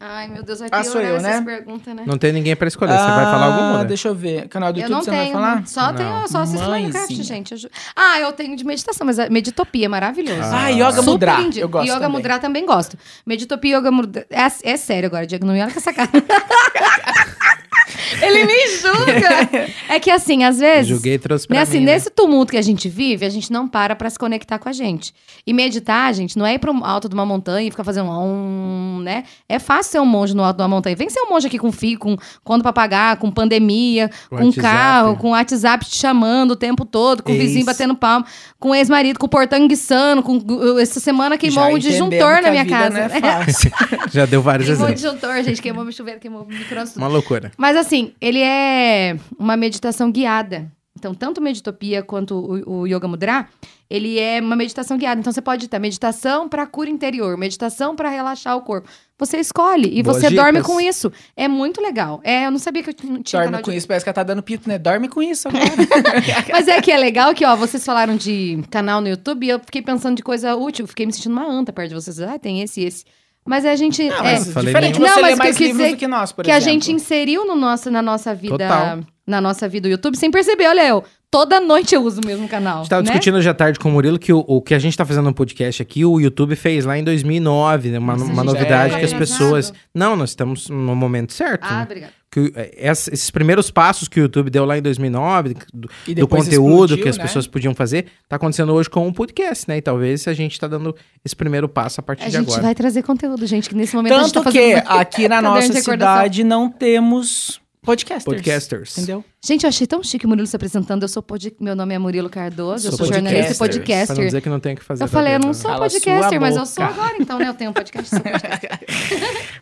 Ai, meu Deus, vai
Ah,
piorar
sou eu,
essas
né?
perguntas, né?
Não tem ninguém pra escolher. Você vai falar alguma,
Ah,
né?
Deixa eu ver. Canal do
eu
YouTube,
não
você
tenho. né?
não vai falar?
Só
Não.
tenho, eu só assisto
Mãezinha.
Minecraft, gente. eu ju- Ah, eu tenho de meditação, mas é- Meditopia é maravilhoso.
Ah, Yoga
Super
Mudra.
indi-
Eu gosto
Yoga
também.
Mudra também gosto. Meditopia Yoga Mudra. É, é sério agora, Diego, não me olha com essa cara. Ele me julga. É que assim, às
Eu
vezes.
Julguei e trouxe pra
Né, assim,
mim, né?
nesse tumulto que a gente vive, a gente não para pra se conectar com a gente. E meditar, gente, não é ir pro alto de uma montanha e ficar fazendo um, né? É fácil ser um monge no alto de uma montanha. Vem ser um monge aqui com fio, com conta pra pagar, com pandemia,
Com
com
WhatsApp.
carro, com WhatsApp te chamando o tempo todo, com o vizinho
Isso.
batendo palma, com o ex-marido, com o portão enguiçando, com uh, essa semana queimou
Já
um
entendemos
disjuntor
que
na
a
minha
vida
casa.
Não é fácil.
Já deu vários
queimou o
exemplos.
disjuntor, gente, queimou meu chuveiro, queimou o micro
Uma loucura.
mas assim, ele é uma meditação guiada. Então, tanto Meditopia quanto o, o Yoga Mudra, ele é uma meditação guiada. Então, você pode ter meditação para cura interior, meditação para relaxar o corpo. Você escolhe e
Boas
você dorme
dicas.
com isso. É muito legal. É, eu não sabia que eu tinha tinha
Dorme
canal
com
de...
isso, parece que ela tá dando pito, né? Dorme com isso agora.
Mas é que é legal que, ó, vocês falaram de canal no YouTube e eu fiquei pensando de coisa útil. Fiquei me sentindo uma anta perto de vocês. Ah, tem esse e esse. Mas a gente...
Não,
é,
mas
Falei
diferente
nenhum.
você
Não, mas
ler
o que eu
mais
quis
livros
dizer
do que nós, por
que a
exemplo.
gente inseriu no nosso, na nossa vida,
Total.
na nossa vida o YouTube sem perceber. Olha eu, toda noite eu uso o mesmo canal.
A gente tava
né?
discutindo hoje à tarde com o Murilo que o, o que a gente tá fazendo no podcast aqui, o YouTube fez lá em 2009, né? Uma,
Nossa,
uma
gente,
novidade
é
que as
atrasado.
pessoas... Não, nós estamos no momento certo.
Ah,
né?
obrigada.
Que o- é, essa- esses primeiros passos que o YouTube deu lá em 2009, do,
E
do
depois
conteúdo
explodiu,
que as
né?
pessoas podiam fazer, tá acontecendo hoje com o podcast, né? E talvez a gente tá dando esse primeiro passo a partir
A
de
gente
agora.
vai trazer conteúdo, gente, que nesse momento a gente tá
Tanto
fazendo...
que
uma-
aqui na
caderno de
nossa
recordação.
cidade não temos podcasters.
Podcasters.
Entendeu?
Gente, eu achei tão chique o Murilo se apresentando. Eu sou pod... Meu nome é Murilo Cardoso, eu
Sou
sou jornalista e
podcaster.
Pra não
podcaster.
dizer que não tem o que fazer.
Eu
tá
falei, eu
vendo,
não
né?
sou
Cala sua
podcaster, mas eu
boca.
sou agora, então, né? Eu tenho um podcast, sou podcaster.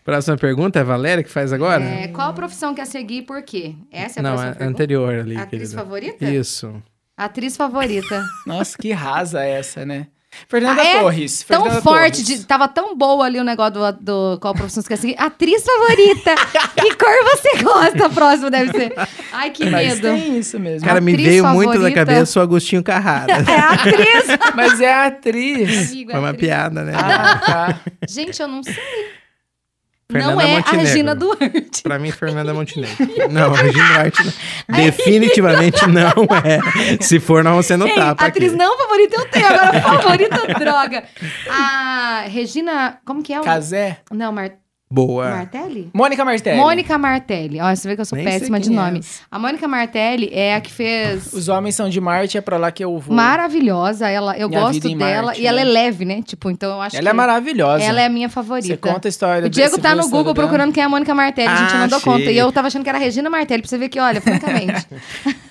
Próxima pergunta é a Valéria que faz agora?
É, qual a profissão quer seguir e por quê? Essa é a
não,
próxima
é
pergunta.
anterior ali.
Atriz
querida.
favorita?
Isso.
Atriz favorita.
Nossa, que rasa essa, né? Fernanda
Ah, é?
Torres.
tão
Fernanda
forte,
Torres.
de- tava tão boa ali o negócio do, do qual profissão você quer seguir. assim, Atriz favorita! que cor você gosta? Próximo deve ser. Ai, que
Mas
medo.
tem isso mesmo.
Cara, me
Atriz
veio muito na
favorita?
cabeça o Agostinho Carrara.
É atriz!
Mas é a atriz.
Amigo, é
Foi uma
atriz.
piada, né?
Ah, tá.
Gente, eu não sei. não
Fernanda
é
Montenegro.
a Regina Duarte.
Pra mim, Fernanda Montenegro. não, Regina Duarte não. definitivamente não é. Se for, não, você não
Ei,
tapa
atriz
aqui.
não favorita eu tenho, agora favorita droga. A Regina. Como que é? o-
Casé.
Não, Mar...
Boa.
Ah. Martelli?
Mônica Martelli.
Mônica Martelli. Ó, você vê que eu sou
Nem sei
péssima de
quem é
nome.
essa.
A Mônica Martelli é a que fez.
Os homens são de Marte, é pra lá que eu vou.
Maravilhosa, ela, eu
Minha
gosto
Vida em
dela
Marte,
e ela é
né?
leve, né? Tipo, então eu acho
Ela é
que
maravilhosa.
ela é a minha
Você
favorita.
conta a história
o
do
Diego tá no
Sylvester
Google
Stallone.
procurando quem é a Mônica Martelli, gente, eu
Ah,
não dou
achei.
conta. E eu tava achando que era a Regina Martelli, pra você ver que, olha, francamente.
Né?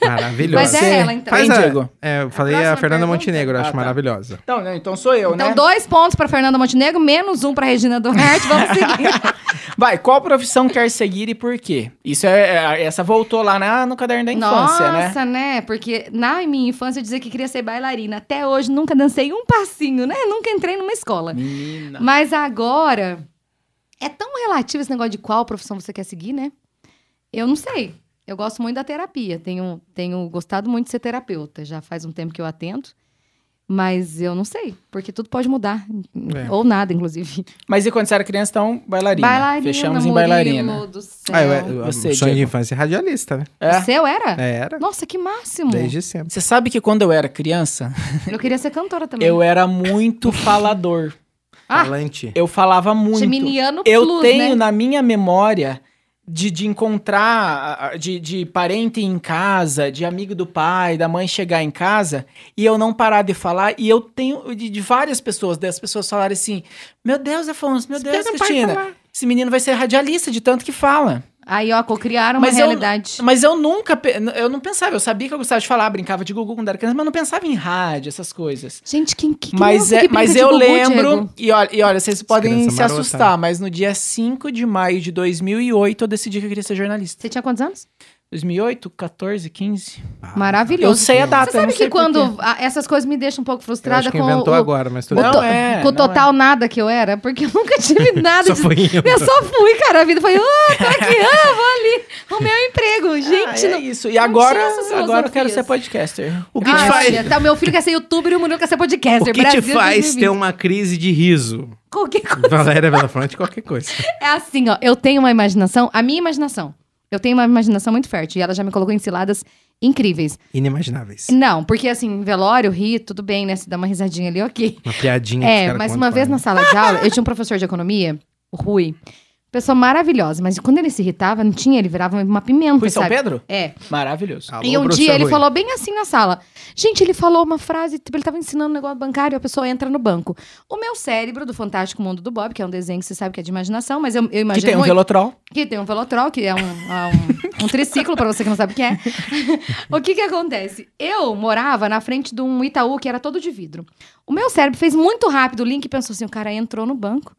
Maravilhosa.
Mas é ela, então.
Faz
Hein,
a-
Diego?
é, eu falei a,
próxima
Fernanda
pergunta?
Montenegro, eu
Ah,
acho
tá.
maravilhosa.
Então, né, então sou eu,
então,
né?
dois pontos pra Fernanda Montenegro, menos um pra Regina Duarte, vamos seguir.
Vai, qual profissão quer seguir e por quê? Isso é, é- essa voltou lá na, no caderno da infância, né?
Nossa, né? Porque na minha infância eu dizia que queria ser bailarina. Até hoje nunca dancei um passinho, né? Nunca entrei numa escola.
Menina.
Mas agora é tão relativo esse negócio de qual profissão você quer seguir, né? Eu não sei. Eu gosto muito da terapia. Tenho, tenho gostado muito de ser terapeuta. Já faz um tempo que eu atendo. Mas eu não sei, porque tudo pode mudar.
É.
Ou nada, inclusive.
Mas e quando você era criança, então, bailarina.
Bailarina,
Fechamos em
Murilo
bailarina.
do céu.
Ah, eu, eu, sonho
Você,
de
Diego.
infância é radialista, né?
O
É.
seu era?
É, Era,
Nossa, que máximo!
desde sempre.
Você sabe que quando eu era criança,
Eu queria ser cantora também.
eu era muito falador.
Ah.
Falante.
Eu falava muito.
Geminiano
Eu
plus,
tenho
né?
na minha memória de, de encontrar, ah, de, de parente em casa, de amigo do pai, da mãe chegar em casa e eu não parar de falar. E eu tenho de, de várias pessoas, das pessoas falarem assim: Meu Deus, Afonso, meu Deus,
Espera o pai
Cristina,
falar."
esse menino vai ser radialista de tanto que fala.
Aí, ó, criaram uma
Mas eu-
realidade.
Mas eu nunca, pe- eu não pensava, eu sabia que eu gostava de falar, brincava de Gugu quando era criança, mas eu não pensava em rádio, essas coisas.
Gente, quem que
Mas,
criança
é,
que brinca
mas
de
eu
Gugu,
lembro,
Diego?
e olha, e olha, vocês podem
criança
se
marota.
assustar, mas no dia 5 de maio de 2008 eu decidi que eu queria ser jornalista.
Você tinha quantos anos?
2008, 14, 15.
Ah,
Maravilhoso.
Eu sei a data.
Você sabe
eu não sei
que
por quê.
quando ah, essas coisas me deixam um pouco
Eu acho
frustrada
que
com o,
inventou agora, mas tudo
Não,
to-
bem.
é,
com o
não
total nada que eu era, porque eu nunca tive nada
Só
de-
foi eu.
Eu só fui, cara. A vida foi, ah, tô aqui, ah, vou ali. O meu emprego, gente.
Ah, é
não-
isso. E agora,
tinha essas
agora eu quero
filosofias.
ser podcaster.
O que
Ah,
te
olha,
faz,
tá, meu filho quer ser youtuber e o Murilo quer ser
o
podcaster.
que te
Brasil é
faz
2020.
ter um uma crise de riso?
Qualquer coisa.
Valéria Belafronte, qualquer coisa.
É assim, ó. Eu tenho uma imaginação, a minha imaginação. Eu tenho uma imaginação muito fértil e ela já me colocou em ciladas incríveis.
Inimagináveis.
Não, porque assim, velório, ri, tudo bem, né? Se dá uma risadinha ali, ok.
Uma piadinha que os
É,
caras
mas
contam
uma vez
pra
na
mim.
sala de aula, eu tinha um professor de economia, o Rui. Pessoa maravilhosa, mas quando ele se irritava, não tinha, ele virava uma pimenta,
Fui São
sabe?
Pedro?
É.
Maravilhoso.
Alô,
e um
professor
dia ele
Rui.
falou bem assim na sala. Gente, ele falou uma frase, tipo, ele tava ensinando um negócio bancário, a pessoa entra no banco. O meu cérebro do Fantástico Mundo do Bob, que é um desenho que você sabe que é de imaginação, mas eu, eu
que
imagino
tem um
muito-
velotrol.
que tem um velotrol, que é um, é um, um triciclo, pra você que não sabe o que é. o que que acontece? Eu morava na frente de um Itaú que era todo de vidro. O meu cérebro fez muito rápido o link e pensou assim, o cara entrou no banco.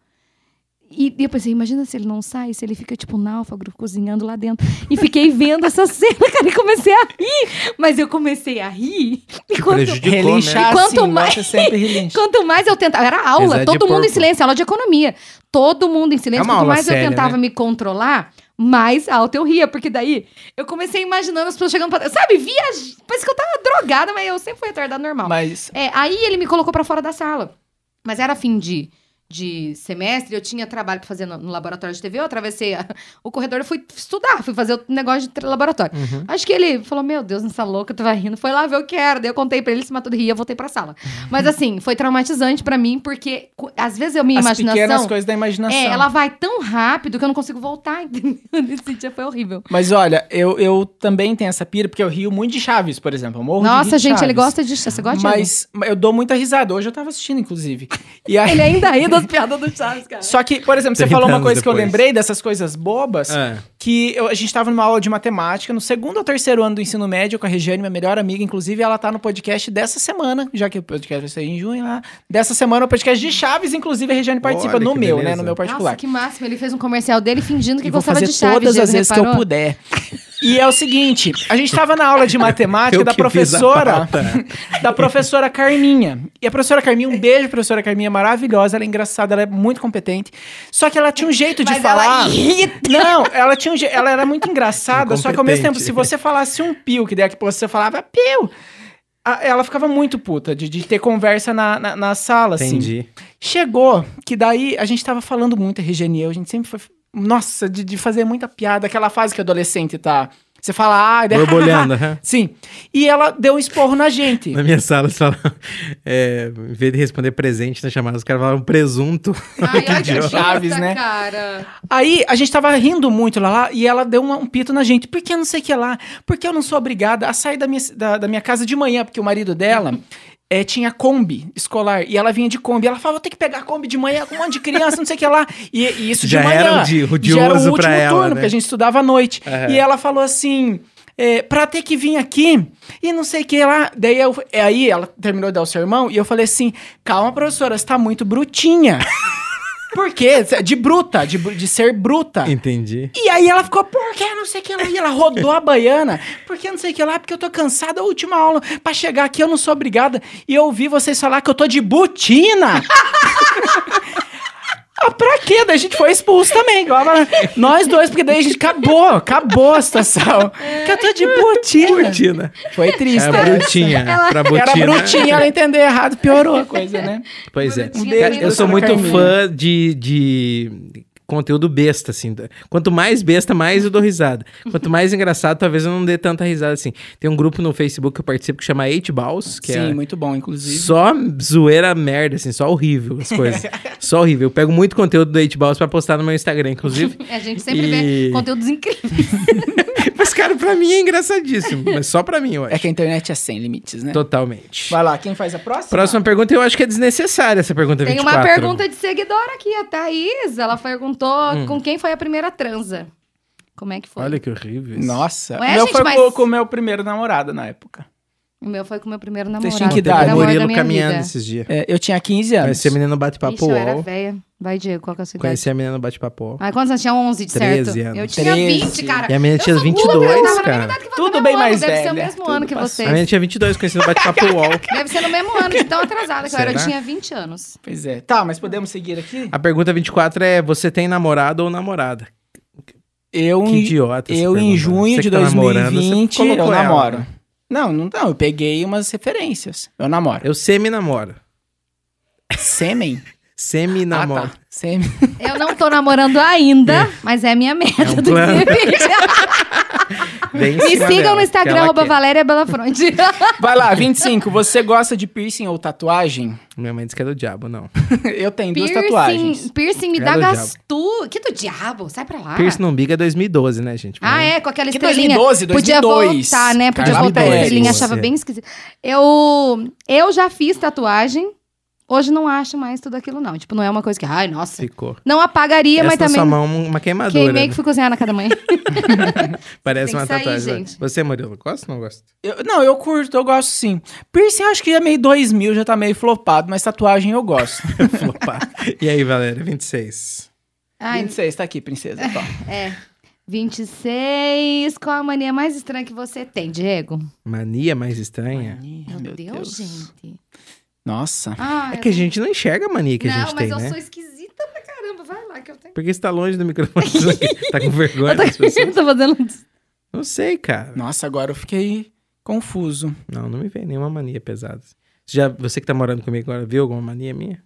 E e eu pensei, imagina se ele não sai, se ele fica tipo náufrago, cozinhando lá dentro. E fiquei vendo essa cena, cara, e comecei a rir. Mas eu comecei a rir. E quanto,
prejudicou, né?
Relinchar
E quanto
sim,
mais-
você sempre relincha.
Quanto mais eu tentava. Era aula,
Apesar de
todo mundo em
porco.
silêncio, aula de economia. Todo mundo em silêncio.
É uma
Quanto
aula
mais
séria,
eu tentava
né?
me controlar, mais alto eu ria. Porque daí eu comecei imaginando as pessoas chegando pra. Sabe, viaj... Parece que eu tava drogada, mas eu sempre fui retardada normal.
Mas
É, aí ele me colocou pra fora da sala. Mas era fim de, de semestre, eu tinha trabalho pra fazer no, no laboratório de TV, eu atravessei a- o corredor, eu fui estudar, fui fazer o negócio de tra- laboratório.
né?" Uhum.
Acho que ele falou, meu Deus, essa louca, tu vai rindo. Foi lá ver o que era. Daí eu contei pra ele, ele se matou de rir, eu voltei pra sala. Mas assim, foi traumatizante pra mim, porque cu- às vezes eu minha
Uhum. as pequenas
imaginação...
coisas da imaginação.
É, ela vai tão rápido que eu não consigo voltar, entendeu? Esse dia foi horrível.
Mas olha, eu, eu também tenho essa pira, porque eu rio muito de Chaves, por exemplo. Eu morro de rir
Nossa,
de
gente, ele
Chaves.
gosta de... Você gosta de
Mas eu dou muita risada. Hoje eu tava assistindo, inclusive. E aí...
Ele ainda ri das piadas do Chaves, cara.
Só que, por exemplo, você Ah.
30
falou uma
anos
coisa que eu
depois.
lembrei dessas coisas bobas.
É.
que eu- a gente tava numa aula de matemática, no segundo ou terceiro ano do ensino médio, com a Regiane, minha melhor amiga, inclusive, ela tá no podcast dessa semana, já que o podcast vai sair em junho lá. Dessa semana, o podcast de Chaves, inclusive, a Regiane participa
Olha
no
que
meu, né?
beleza.
No meu particular.
Nossa, que máximo. Ele fez um comercial dele fingindo que
E vou
gostava
fazer
de Chaves.
todas
Diego,
as vezes que eu
reparou?
puder. E é o seguinte, a gente tava na aula de matemática
Eu
da
que fiz a
professora,
pauta.
da professora Carminha. E a professora Carminha, um beijo, professora Carminha, é maravilhosa, ela é engraçada, ela é muito competente. Só que ela tinha um jeito de
Mas
falar.
ela irrita.
Não, ela tinha um je- ela era muito engraçada, só que ao mesmo tempo,
Incompetente.
se você falasse um pio, que daí que você falava pio, a- ela ficava muito puta de, de ter conversa na, na, na sala, assim.
Entendi.
Chegou que daí a gente tava falando muito, RGN e eu, a gente sempre foi. Nossa, de, de fazer muita piada, aquela fase que adolescente tá. Você fala, ah, daí-
Borbolhando, aham.
Sim. E ela deu um esporro na gente.
Na minha sala, eles falam. é, em vez de responder presente na chamada, os caras falavam presunto.
Ai, olha
Idiota. Chaves, né?
Cara.
Aí a gente tava rindo muito lá, lá e ela deu uma- um pito na gente. Por que não sei o que lá? Porque eu não sou obrigada a sair da minha, ci- da, da minha casa de manhã, porque o marido dela eh, tinha Kombi escolar e ela vinha de Kombi. Ela falava, vou ter que pegar Kombi de manhã com um monte de criança, não sei o que lá. E, e isso
Já
de manhã.
era o di- o
já era o
odioso
último
pra ela,
turno,
né?
porque a gente estudava à noite.
Aham.
E ela falou assim. eh, pra ter que vir aqui e não sei o que lá. Daí eu, eh, aí ela terminou de dar o sermão e eu falei assim: calma, professora, você tá muito brutinha. Por quê? De bruta, de, bru- de ser bruta.
Entendi.
E aí ela ficou, por que não sei o que lá? E ela rodou a baiana, por que não sei o que lá? Porque eu tô cansada, a última aula, pra chegar aqui eu não sou obrigada. E eu ouvi vocês falar que eu tô de botina. ah, pra quê? Daí a gente foi expulso também. igual a- Nós dois, porque daí a gente acabou, acabou a situação. Que eu tô de botina.
Brutina.
Foi triste.
É,
né?
brutinha.
Ela-
Pra
Era
botina.
brutinha, ela entendeu errado, piorou a coisa, né?
Pois é.
Brutinha
Cara,
mesmo,
eu sou
cara,
muito
Carminha.
fã de, de conteúdo besta, assim. Quanto mais besta, mais eu dou risada. Quanto mais engraçado, talvez eu não dê tanta risada, assim. Tem um grupo no Facebook que eu participo que chama Eight Balls, que
Sim,
é
muito bom, inclusive.
Só zoeira merda, assim, só horrível as coisas. só horrível. Eu pego muito conteúdo do 8 Balls pra postar no meu Instagram, inclusive.
É, A gente sempre
E-
vê conteúdos incríveis.
Mas, cara, pra mim é engraçadíssimo. Mas só pra mim, eu acho.
É que a internet é assim, sem limites, né?
Totalmente.
Vai lá, quem faz a próxima?
Próxima pergunta, eu acho que é desnecessária essa pergunta
Tem
24.
uma pergunta de seguidora aqui, a Thaís. Ela perguntou
Hum.
com quem foi a primeira transa. Como é que foi?
Olha que horrível isso.
Nossa,
Ué,
o meu
gente,
foi
mas-
com- com o meu primeiro namorado na época.
O meu foi com o meu primeiro
Vocês
namorado.
tinham que
Contei
dar.
o
com o
amor um da
Murilo
minha
caminhando
vida.
esses dias.
É, eu tinha 15
Vai
anos.
ser menino bate-papo
Ixi, eu era
UOL.
velha. Vai, Diego, qual que é a sua idade?
Conheci a menina no bate-papo.
Ai, quantos anos tinha? 11, de certo?
13 anos.
Eu tinha
13.
20, cara.
E a menina
Ah, Eu
tinha
sou
22,
burra, eu tava na
cara.
mesma idade que você,
Tudo
mesmo
bem
ano.
mais
Deve ser o
velha,
mesmo
tudo
ano que
passado.
vocês.
A menina tinha 22, conheci no bate-papo UOL.
Deve ser no mesmo ano, de tão atrasada que eu era. Eu
Será?
tinha 20 anos.
Pois é. Tá, mas podemos seguir aqui?
A pergunta 24 é: você tem namorado ou namorada?
Eu,
Que idiota. essa
eu em
pergunta.
junho
Você que
de
tá namorando, você
2020, eu
colocou ela,
namoro.
né?
Não, não, não, eu peguei umas referências. Eu namoro.
Eu
Ah,
semi-namoro.
tá. Sêmen?
Semi-namoro.
Ah, tá. Sêmen.
Eu não tô namorando ainda, mas é a minha meta
É um
do
plano. é.
2020.
Bem em
Me
cima
sigam
dela,
no
que
Instagram,
ela
arroba
quer.
Valéria Belafronte.
Vai lá, 25. Você gosta de piercing ou tatuagem?
Minha mãe disse que é do diabo, não.
Eu tenho duas
piercing,
tatuagens.
piercing me
É
dá
do
gastu. Que do diabo? Sai pra lá.
Pierce no umbigo é 2012, né, gente?
Ah, é, com aquela
Que
estrelinha.
2012,
Podia
2002.
voltar, né? Podia
Carla
voltar a
Pérez.
estrelinha, achava
Você.
bem esquisito. Eu, eu já fiz tatuagem. Hoje não acho mais tudo aquilo, não. Tipo, não é uma coisa que. Ai, nossa.
Ficou.
Não apagaria,
Essa
mas
na
também.
sua mão, uma queimadura.
Queimei que
né?
fui cozinhar na cada mãe.
Parece
Tem que
uma
sair,
tatuagem.
gente.
Você, Murilo, gosta ou não gosta?
Eu- não, eu curto, eu gosto sim. Piercing acho que é meio 2000, já tá meio flopado, mas tatuagem eu gosto.
Opa. E aí, Valéria, 26.
Ai,
26, tá aqui, princesa. Toma.
é. 26. Qual a mania mais estranha que você tem, Diego?
Mania mais estranha?
Mania,
Meu, Deus, gente.
Nossa.
Ah,
É
eu
que a
tenho-
gente não enxerga a mania que
não,
a gente
mas
tem,
eu
né?
sou esquisita pra caramba. Vai lá que eu tenho.
Porque você tá longe do microfone. tá com vergonha
Eu tô,
das pessoas?
tô fazendo.
Não sei, cara.
Nossa, agora eu fiquei confuso.
Não, não me vem nenhuma mania pesada. Você, já, você que tá morando comigo agora, viu alguma mania minha?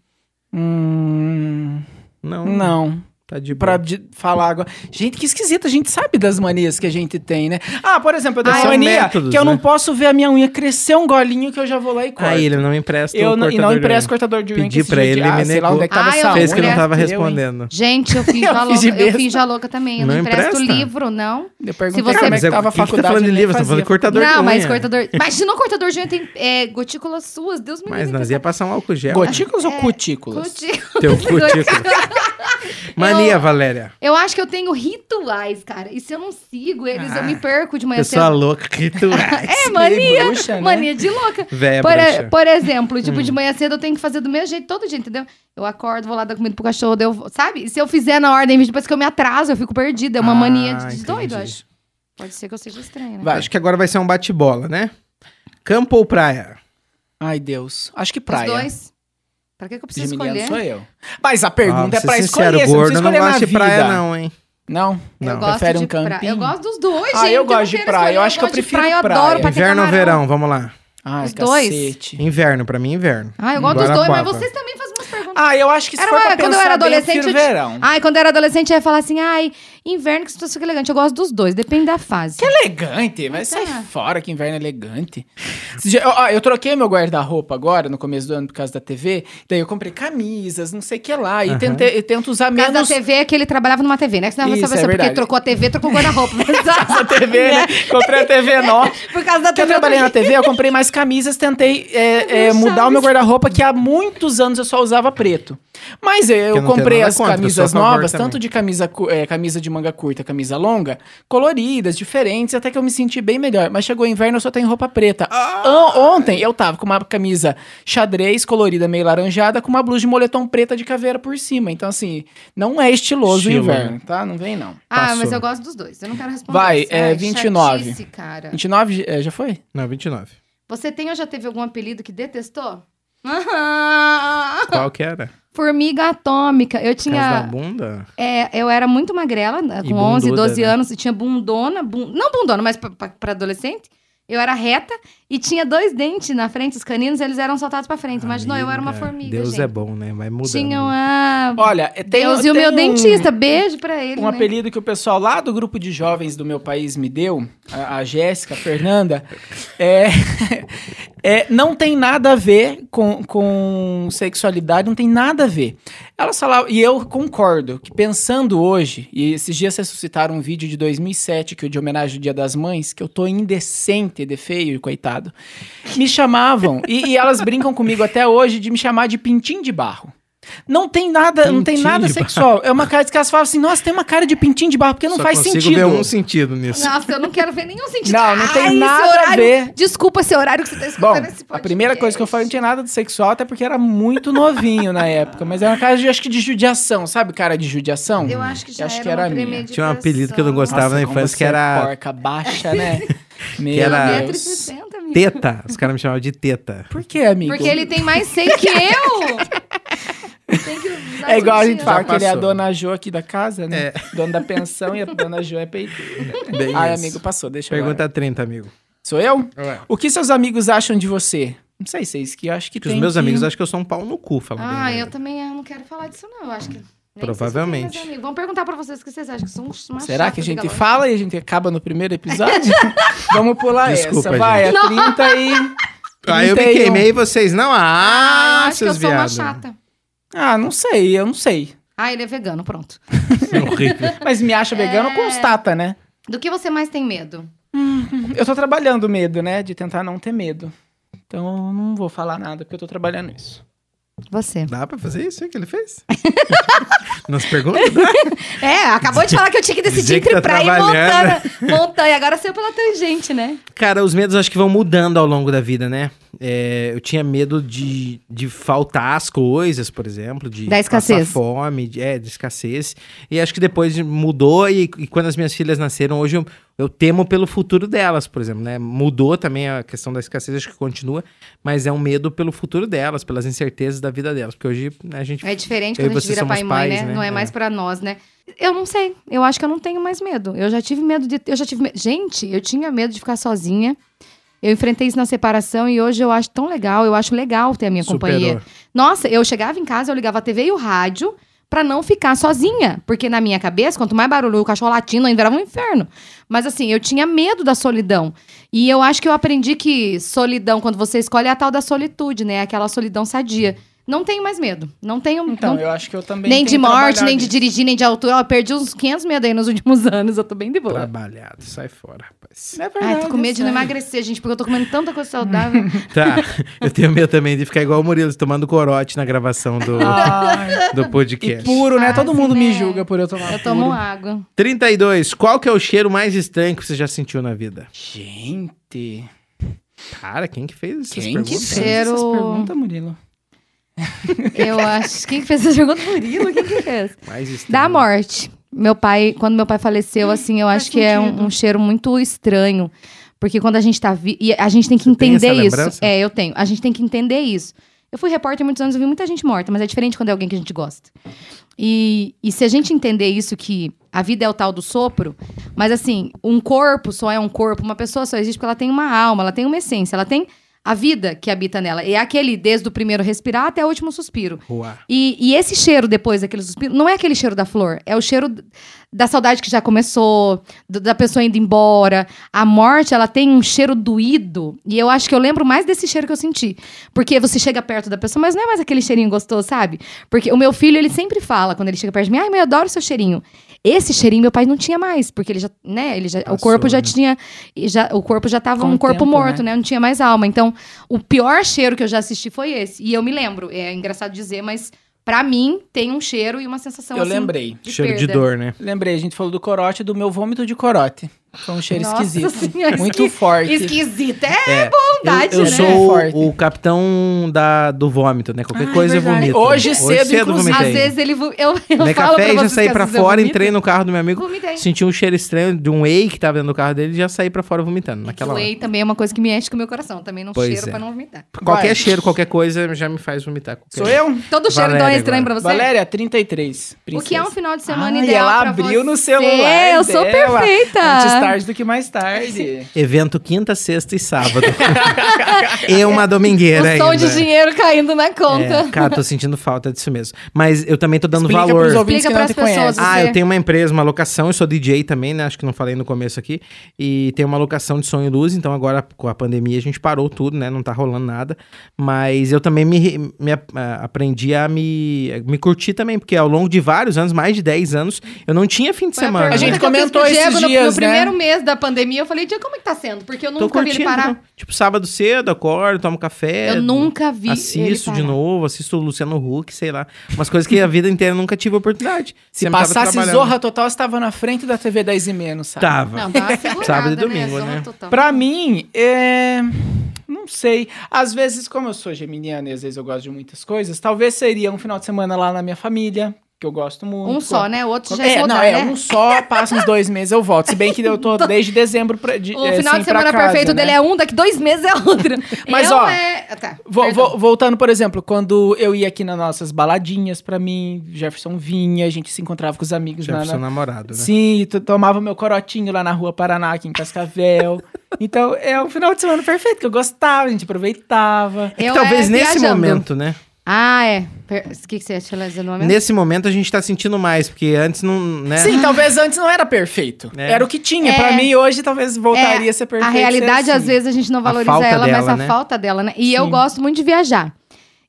Hum,
Não.
não.
Tá de
Pra
boa.
de- falar agora. Gente, que esquisito. A gente sabe das manias que a gente tem, né? Ah, por exemplo, eu tenho
Ah,
uma
são
mania
métodos,
que eu não
né?
posso ver a minha unha crescer um golinho que eu já vou lá e corto.
Aí ele não me empresta
eu
o
não, e não
cortador de
empresto
unha.
cortador de unha.
Pedi
que esse
pra
dia
ele,
de-
ele
ah,
me
sei lá
negou.
onde é que tava
Ah, eu
essa
Fez que eu não
unha.
tava
Eu, hein?
respondendo.
Gente, eu finjo
Eu
a
fiz
louca.
de
Eu
besta.
finjo a louca também. Eu não,
Não
empresto
empresta?
livro, não.
Eu perguntei
você-
como
Cara,
é
mas
que
é-
tava
quem
a
que
faculdade.
tá falando de
ele
livro? Você tá falando de
fazia.
cortador de unha.
não, mas cortador. Imagina o cortador de unha tem é, gotículas suas. Deus me
Mas
livre. tá
nós ia passar um álcool gel.
Gotículas
É,
ou cutículas?
Gotículas.
Teu cutículo. Mania,
Eu-
Valéria.
Eu acho que eu tenho rituais, cara. E se eu não sigo eles, eu
Ah.
me perco de manhã
Pessoa
cedo.
louca, rituais.
É, mania.
bruxa, né?
Mania de louca.
Véia
Por,
É bruxa. Hum.
por exemplo, tipo, de manhã cedo eu tenho que fazer do meu jeito todo dia, entendeu? Eu acordo, vou lá dar comida pro cachorro, daí eu, vou- sabe? E se eu fizer na ordem, depois que eu me atraso, eu fico perdida. É uma
Ah,
mania de, de
entendi.
doido, eu acho. Pode ser que eu seja estranha, né?
Vai.
Acho que agora vai ser um bate-bola, né? Campo ou praia?
Ai, Deus. Acho que
Os
praia.
dois. Pra que, que eu preciso
Geminiano
escolher?
sou eu. Mas a pergunta
Ah,
é pra
ser
escolher, você não
gordo,
precisa
eu não
escolher na
gosto de
vida.
praia não, hein?
Não?
Eu
Não.
gosto
Prefere
de
um
praia.
campinho?
Eu gosto dos dois,
Ah,
gente.
eu
não
gosto de
quero
praia, eu
escolher,
acho que eu
gosto de
prefiro
praia. Eu
praia.
adoro bater
Inverno ou
camarão.
verão? Vamos lá.
Ai,
Os dois?
cacete.
Inverno, pra mim inverno.
Ah, eu gosto dos dois, mas
Guarapuava.
vocês também fazem umas perguntas.
Ah, eu acho que se
Era
for
uma-
pra
quando eu
pensar
era
bem,
adolescente,
prefiro
eu Ah. ti-
verão.
Ai, quando eu era adolescente, eu ia falar assim, ai, inverno que situação que elegante. Eu gosto dos dois, depende da fase.
Que elegante, mas sai
Tá.
fora que inverno é elegante. Esse dia- ó, ó, eu troquei meu guarda-roupa agora, no começo do ano, por causa da TV. Daí eu comprei camisas, não sei o que lá. E
Aham.
tentei, eu tento usar
Por causa
menos...
da TV é que ele trabalhava numa TV, né? Que senão
Isso,
você vai
é
saber porque
verdade.
trocou a TV, trocou o guarda-roupa.
da TV, né? Comprei a TV nova.
tá Por causa da
Porque eu
TV.
trabalhei na TV, eu comprei mais camisas, tentei é, é, mudar o meu guarda-roupa, que há muitos anos eu só usava preto. Mas eu,
Que eu não
comprei
tenho nada
as
contra, eu
camisas
sou a favor
novas,
também.
tanto de camisa, cu- é, camisa de manga curta, camisa longa, coloridas, diferentes, até que eu me senti bem melhor. Mas chegou o inverno, eu só tenho roupa preta.
Ah!
An- Ontem eu tava com uma camisa xadrez, colorida, meio laranjada, com uma blusa de moletom preta de caveira por cima. Então, assim, não é estiloso
Estilo,
o inverno,
né?
tá? Não vem, não.
Ah, mas
Passou.
eu gosto dos dois. Eu não quero responder.
Vai,
isso.
é,
Ai,
29.
Chatice, cara.
29 de- é, já foi?
Não, 29.
Você tem ou já teve algum apelido que detestou?
Qual que era?
Formiga atômica. Eu
Casa da
tinha.
bunda?
É, eu era muito magrela, né,
E
com 11,
bunduda,
12
né?
anos, e tinha bundona, bun- não bundona, mas pra- pra pra adolescente. Eu era reta e tinha dois dentes na frente, os caninos, eles eram soltados pra frente. Imaginou, eu era uma
Amiga,
formiga.
Deus
gente.
é bom, né? Vai mudando.
Tinham a.
Olha, tem,
Deus e
tem
o meu
um-
dentista, beijo pra ele.
Um
né?
apelido que o pessoal lá do grupo de jovens do meu país me deu, a, a Jéssica, a Fernanda, é, é, não tem nada a ver com, com sexualidade, não tem nada a ver. Elas falavam, e eu concordo, que pensando hoje, e esses dias ressuscitaram um vídeo de 2007, que é de homenagem ao Dia das Mães, que eu tô indecente de feio, coitado. Me chamavam, e, e elas brincam comigo até hoje de me chamar de pintim de barro. Não tem nada, não tem
Pintinho
nada
de
sexual. É uma cara de que elas falam assim, nossa, tem uma cara de pintinho de barro, porque não
Só
faz
consigo
sentido.
ver um sentido nisso.
Nossa, eu não quero ver nenhum sentido.
Não, não tem
Ai, esse
nada a
horário-
ver.
Desculpa esse horário que você tá
Bom,
escutando esse podcast.
a primeira coisa que eu falei não tinha nada de sexual, até porque era muito novinho na época. Mas era uma cara, de, acho que, de judiação. Sabe cara de judiação?
Eu acho que já
um. Acho
era,
que era
uma
a minha.
premeditação.
Tinha um apelido que eu não gostava na
como
infância, que
você é
era-
Porca baixa, né? Meu
Que era-
Deus.
1,60m, amigo.
Teta. Os caras me chamavam de teta.
Por que, amigo?
Porque ele tem mais seio que eu. Tem que usar
É igual a gente
sutiã.
fala
Já
que ele é a
passou.
dona Jo aqui da casa, né? Dona da pensão e a dona Jo é peiteira.
Bem
Ai,
É. isso.
amigo, passou. Deixa eu
Pergunta 30, amigo.
Sou eu?
Ué.
O que seus amigos acham de você? Não sei, vocês que eu acho que
Que os
tem
meus
que-
amigos acham que eu sou um pau no cu, falando
Ah,
bem,
eu
né?
também eu não quero falar disso, não. Eu acho que. nem
Provavelmente.
sei se eu tenho mais amigo. Vamos perguntar pra vocês o que vocês acham. Que são uns- uma
Será
chata
que a
de
gente
galão.
fala e a gente acaba no primeiro episódio? Vamos pular
Desculpa,
essa. Vai,
gente.
é 30 e...
Aí eu me
31.
queimei e vocês não.
Ah, eu
Ah,
acho que eu
seus
sou uma
viados.
chata.
Ah, não sei, eu não sei.
Ah, ele é vegano, pronto.
Horrível.
Mas me acha vegano, constata, né?
Do que você mais tem medo?
Eu tô trabalhando o medo, né? De tentar não ter medo. Então eu não vou falar nada, porque eu tô trabalhando isso.
Você.
Dá pra fazer isso hein, que ele fez? Nas perguntas?
É, acabou de falar que eu tinha que decidir
Dizer que
entre
tá
praia e montanha.
trabalhando.
Montanha, agora saiu pela tangente, né?
Cara, os medos acho que vão mudando ao longo da vida, né? É, eu tinha medo de, de faltar as coisas, por exemplo, de
Da escassez.
passar fome, de, é, de escassez. E acho que depois mudou e, e quando as minhas filhas nasceram, hoje eu, eu temo pelo futuro delas, por exemplo, né? Mudou também a questão da escassez, acho que continua, mas é um medo pelo futuro delas, pelas incertezas da vida delas, porque hoje né, a gente
É diferente
Eu e
quando a gente
você
vira
somos
pai e mãe,
pais,
né?
né?
Não é,
É.
mais pra nós, né? Eu não sei. Eu acho que eu não tenho mais medo. Eu já tive medo de. Eu já tive. me- Gente, eu tinha medo de ficar sozinha. Eu enfrentei isso na separação e hoje eu acho tão legal. Eu acho legal ter a minha
superou.
companhia. Nossa, eu chegava em casa, eu ligava a TV e o rádio pra não ficar sozinha. Porque na minha cabeça, quanto mais barulho o cachorro latindo, ainda era um inferno. Mas assim, eu tinha medo da solidão. E eu acho que eu aprendi que solidão, quando você escolhe, é a tal da solitude, né? Aquela solidão sadia. Não tenho mais medo. Não tenho.
Então,
não-
eu acho que eu também.
nem de
tenho
morte,
trabalhado
nem de
isso.
dirigir, nem de altura. Ó, Eu perdi uns 500 medos aí nos últimos anos. Eu tô bem de boa.
Trabalhado, sai fora, rapaz.
É verdade,
Ai, tô com medo de não
sério.
emagrecer, gente, porque eu tô comendo tanta coisa saudável.
Tá, eu tenho medo também de ficar igual o Murilo, tomando corote na gravação do,
Ah.
Ai,
do
e
podcast.
puro, né? Todo
Quase,
mundo me
né?
julga por eu
eu
tomar puro.
tomo água.
32. Qual que é o cheiro mais estranho que você já sentiu na vida?
Gente.
Cara, quem que fez essas
Quem que
perguntas?
fez
Cheiro-
essas perguntas, Murilo?
Eu acho. Quem que fez essa pergunta? Murilo? Quem que fez?
Mais estranho.
Da morte. Meu pai, quando meu pai faleceu, assim, eu acho que é um, um cheiro muito estranho. Porque quando a gente tá vi... e a gente tem que
Você tem
entender
essa
isso.
lembrança?
É, eu tenho. A gente tem que entender isso. Eu fui repórter muitos anos e vi muita gente morta, mas é diferente quando é alguém que a gente gosta. E, e se a gente entender isso, que a vida é o tal do sopro, mas assim, um corpo só é um corpo, uma pessoa só existe porque ela tem uma alma, ela tem uma essência, ela tem a vida que habita nela. E é aquele desde o primeiro respirar até o último suspiro.
Tá.
Rua.
E, e esse cheiro depois daquele suspiro, não é aquele cheiro da flor, é o cheiro d- da saudade que já começou, do- da pessoa indo embora. A morte, ela tem um cheiro doído. E eu acho que eu lembro mais desse cheiro que eu senti. Porque você chega perto da pessoa, mas não é mais aquele cheirinho gostoso, sabe? Porque o meu filho, ele sempre fala, quando ele chega perto de mim, ai, mãe, eu adoro seu cheirinho. Esse cheirinho meu pai não tinha mais, porque ele já, né, ele já, o
Passou,
corpo já
né?
tinha, e já, o corpo já tava
Com
um
o
corpo
tempo,
morto,
né?
né? Não tinha mais alma. Então, o pior cheiro que eu já assisti foi esse. E eu me lembro. É engraçado dizer, mas pra mim tem um cheiro e uma sensação
Eu
assim.
lembrei.
De
cheiro de
perda.
dor, né?
Lembrei, a gente falou do corote, do meu vômito de corote. Foi um cheiro
Nossa
esquisito.
Senhora,
muito
esqui-
forte.
Esquisita. É,
É,
bondade,
eu, eu
né?
sou
Forte.
o, o capitão da, do vômito, né? Qualquer
Ah, é
coisa eu
verdade.
vomito.
Hoje cedo,
eu
inclusive.
vomitei.
Às vezes ele. vo- Eu, eu
Tomei
falo pra
café e já
vocês
saí
que
pra
às vezes eu
fora,
vomito.
entrei no carro do meu amigo,
Vomitei.
senti um cheiro estranho de um whey que tava dentro do carro dele e já saí pra fora vomitando naquela hora.
Doei também é uma coisa que me enche com o meu coração. Também não
Pois
cheiro
é.
pra não vomitar.
Qualquer
Vai.
cheiro, qualquer coisa já me faz vomitar. qualquer-
Sou eu?
Todo cheiro
Valéria
dói estranho
agora.
pra você?
Valéria, 33.
O
princesa.
que é um final de semana
Ah,
ideal
E ela
pra
abriu no
você?
celular.
Eu sou
dela.
perfeita.
Antes tarde do que mais tarde.
Evento quinta, sexta e sábado. e uma domingueira
O som
ainda.
de dinheiro caindo na conta.
É, cara, tô sentindo falta disso mesmo. Mas eu também tô dando
Explica
valor.
pros ouvintes
Explica
que não
pras
te
pessoas
conhecem.
o
Ah,
Você-
eu tenho uma empresa, uma locação, eu sou DJ também, né? Acho que não falei no começo aqui. E tenho uma locação de som e luz, então agora com a pandemia a gente parou tudo, né? Não tá rolando nada. Mas eu também me, re- me ap- ah, aprendi a me, a me curtir também, porque ao longo de vários anos, mais de 10 anos, eu não tinha fim de
Foi a
semana.
A
pergunta
né?
gente
que eu fiz
comentou
pro Diego
esses
no, no
dias, né?
primeiro mês da pandemia, eu falei, Diego, como é que tá sendo? Porque eu
Tô
nunca vi ele
curtindo.
parar.
né? Tipo, sábado cedo, acordo, tomo café.
Eu nunca vi ele
Assisto de
parar.
novo, assisto o Luciano Huck, sei lá. Umas coisas que a vida inteira eu nunca tive oportunidade.
Se
Sempre tava
passasse
trabalhando.
Zorra Total, você tava na frente da TV 10 e meia, não sabe?
Tava.
Não, dá uma segurada,
Sábado e
né?
domingo,
Zona
né?
total.
Pra mim, é... Não sei. Às vezes, como eu sou geminiana e às vezes eu gosto de muitas coisas, talvez seria um final de semana lá na minha família, que eu gosto muito.
Um só, né? O outro já é,
é,
mudar,
não, é
né? Então,
um só, passa uns dois meses eu volto. Se bem que eu tô desde dezembro é pra, né? de,
O final de semana perfeito dele é um, daqui dois meses é outro.
Mas,
Eu
ó,
é- ah, tá,
Vo-
perdão.
vo- voltando, por exemplo, quando eu ia aqui nas nossas baladinhas pra mim, Jefferson vinha, a gente se encontrava com os amigos
Já
na,
fui seu
na...
namorado, né?
Sim, tu tomava meu corotinho lá na rua Paraná, aqui em Cascavel. então, é um final de semana perfeito, que eu gostava, a gente aproveitava.
É que
Eu
talvez
é
nesse
viajando.
momento, né?
Ah, é. Per- O que, que você ia te dizer no momento?
Nesse momento a gente tá sentindo mais, porque antes não, né?
Sim, talvez antes não era perfeito.
É.
Era o que tinha.
É.
Pra mim, hoje, talvez voltaria
É,
a ser perfeito.
A realidade,
ser assim.
às vezes, a gente não valoriza
falta
ela, mas
dela,
a
né?
falta dela, né? E eu
Sim.
gosto muito de viajar.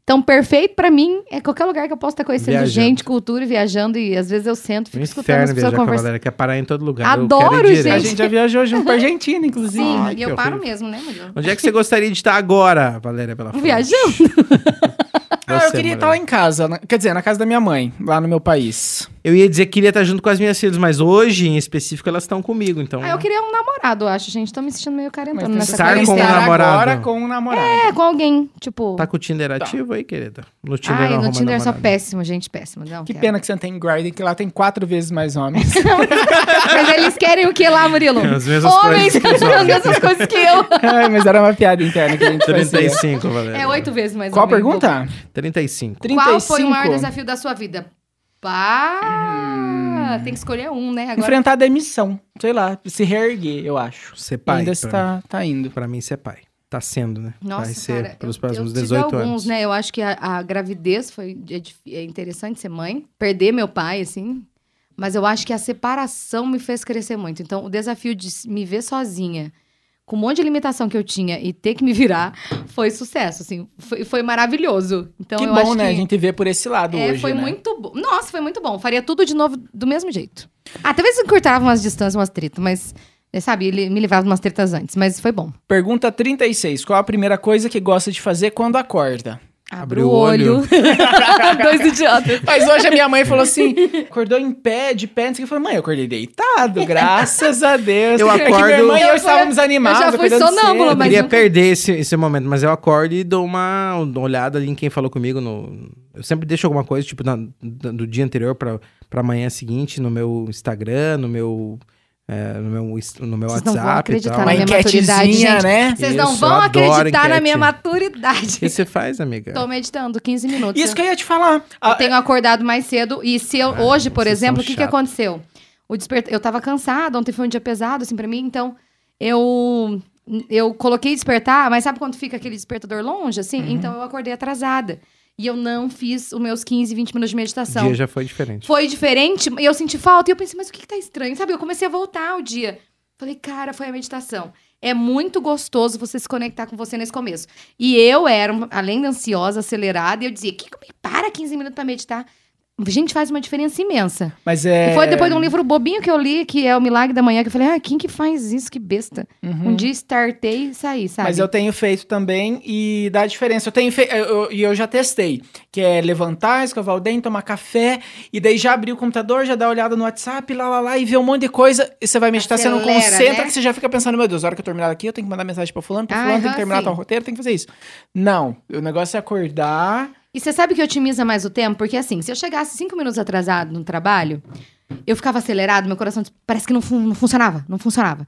Então, perfeito pra mim é qualquer lugar que eu possa estar conhecendo
Viajando.
gente, cultura e viajando. E às vezes eu sento,
Um
fico escutando as
inferno viajar
pessoas
com a
conversando.
galera, quer parar em todo lugar. eu
Adoro,
quero ir
A
direto.
gente já viajou junto pra Argentina, inclusive.
Sim,
Ai,
e
que
eu paro
horrível.
mesmo, né, mulher?
Onde é que você gostaria de estar agora, Valéria Pela
Viajando.
Ah, eu queria estar lá em casa. na- Quer dizer, na casa da minha mãe, lá no meu país.
Eu ia dizer que queria estar junto com as minhas filhas, mas hoje, em específico, elas estão comigo, então...
Ah, eu queria um namorado, eu acho, gente. Tô me sentindo meio
Mas
carentona
tem que
nessa
estar com um
quarentena.
namorado.
agora com um namorado.
É, com alguém, tipo...
Tá com o Tinder ativo aí, querida? No Tinder
Ai,
não
no
arruma
Tinder eu sou
namorado.
péssimo, gente, péssimo. Não,
Que
quero.
pena que você não tem Grindr, que lá tem quatro vezes mais homens.
Mas eles querem o que lá, Murilo?
As mesmas
Homens
coisas que
as
os homens.
mesmas coisas que eu.
Ai, mas era uma piada interna que a gente fazia.
35, Valéria.
assim, né? É oito vezes mais
Qual a
homem.
pergunta?
35.
35.
Qual foi o maior desafio da sua vida?
Hum.
Pá! Tem que escolher um, né? Agora.
Enfrentar a demissão. Sei lá, se reerguer, eu acho.
Ser pai.
Ainda
pra mim.
está tá indo.
Pra mim, ser pai. Tá sendo, né? Vai
Nossa,
ser
cara,
pelos
eu,
próximos
eu tive
18
alguns,
anos.
né? Eu acho que a, a gravidez foi é, dif- é interessante ser mãe, perder meu pai, assim. Mas eu acho que a separação me fez crescer muito. Então, o desafio de s- me ver sozinha, com um monte de limitação que eu tinha e ter que me virar, foi sucesso, assim. Foi, foi maravilhoso. Então,
que
eu
bom,
acho
né?
que...
A gente vê por esse lado
É,
hoje,
foi
né?
muito bom. Nossa, foi muito bom. Faria tudo de novo do mesmo jeito. Ah, talvez encurtava umas distâncias, umas tretas, mas. eh, Sabe, ele me livrava de umas tretas antes, mas foi bom.
Pergunta 36. Qual a primeira coisa que gosta de fazer quando acorda?
Abre o olho.
Dois idiotas.
Mas hoje a minha mãe falou assim: acordou em pé, de pé, não sei o que. Eu falei, mãe, eu acordei deitado, graças a Deus.
Eu
É que minha
acordo-
mãe e
Eu
eu
já-
estávamos animados.
eu já fui
acordando
sonâmbula,
cedo.
Eu
mas
queria
nunca-
perder esse, esse momento, mas eu acordo e dou uma, uma olhada ali em quem falou comigo. No... Eu sempre deixo alguma coisa, tipo, na- da- do dia anterior pra, pra manhã seguinte, no meu Instagram, no meu, é, no meu, inst- no meu
Vocês não vão
WhatsApp e
acreditar
tal.
Tá na
Uma
minha maturidade,
enquetezinha,
gente.
né?
Vocês
Isso,
não vão
eu adoro
acreditar na
enquete.
minha
O que
maturidade.
você faz, amiga?
Tô meditando 15 minutos.
Isso que eu ia te falar.
Eu
Ah,
tenho acordado mais cedo. E se eu, hoje, por
vocês são
exemplo, o que, que
chato.
aconteceu? O desperta... Eu tava cansada, ontem foi um dia pesado, assim, pra mim, então eu. Eu coloquei despertar, mas sabe quando fica aquele despertador longe, assim?
Uhum.
Então eu acordei atrasada. E eu não fiz os meus 15, 20 minutos de
O
meditação.
dia já foi diferente.
Foi diferente, e eu senti falta. E eu pensei, mas o que, que tá estranho? Sabe? Eu comecei a voltar o dia. Falei, cara, foi a meditação. É muito gostoso você se conectar com você nesse começo. E eu era, uma- além de ansiosa, acelerada, e eu dizia, que que me para 15 minutos pra meditar? Gente, faz uma diferença imensa.
mas é.
E foi depois de um livro bobinho que eu li, que é O Milagre da Manhã, que eu falei, ah, quem que faz isso? Que besta.
Uhum.
Um dia startei e saí, sabe?
Mas eu tenho feito também e dá diferença. Eu tenho feito. E eu, eu já testei. Que é levantar, escovar o dente, tomar café. E daí já abrir o computador, já dá uma olhada no WhatsApp, lá, lá, lá, e ver um monte de coisa. E você vai meditar, você não
Acelera,
concentra,
né?
que você já fica pensando, meu Deus, a hora que eu terminar aqui, eu tenho que mandar mensagem pra fulano, pra
Ah,
fulano, tem
aham,
que terminar
sim.
tal roteiro, tem que fazer isso. Não. O negócio é acordar.
E você sabe que otimiza mais o tempo? Porque assim, se eu chegasse cinco minutos atrasado no trabalho, eu ficava acelerado, meu coração parece que não, fun- não funcionava, não funcionava.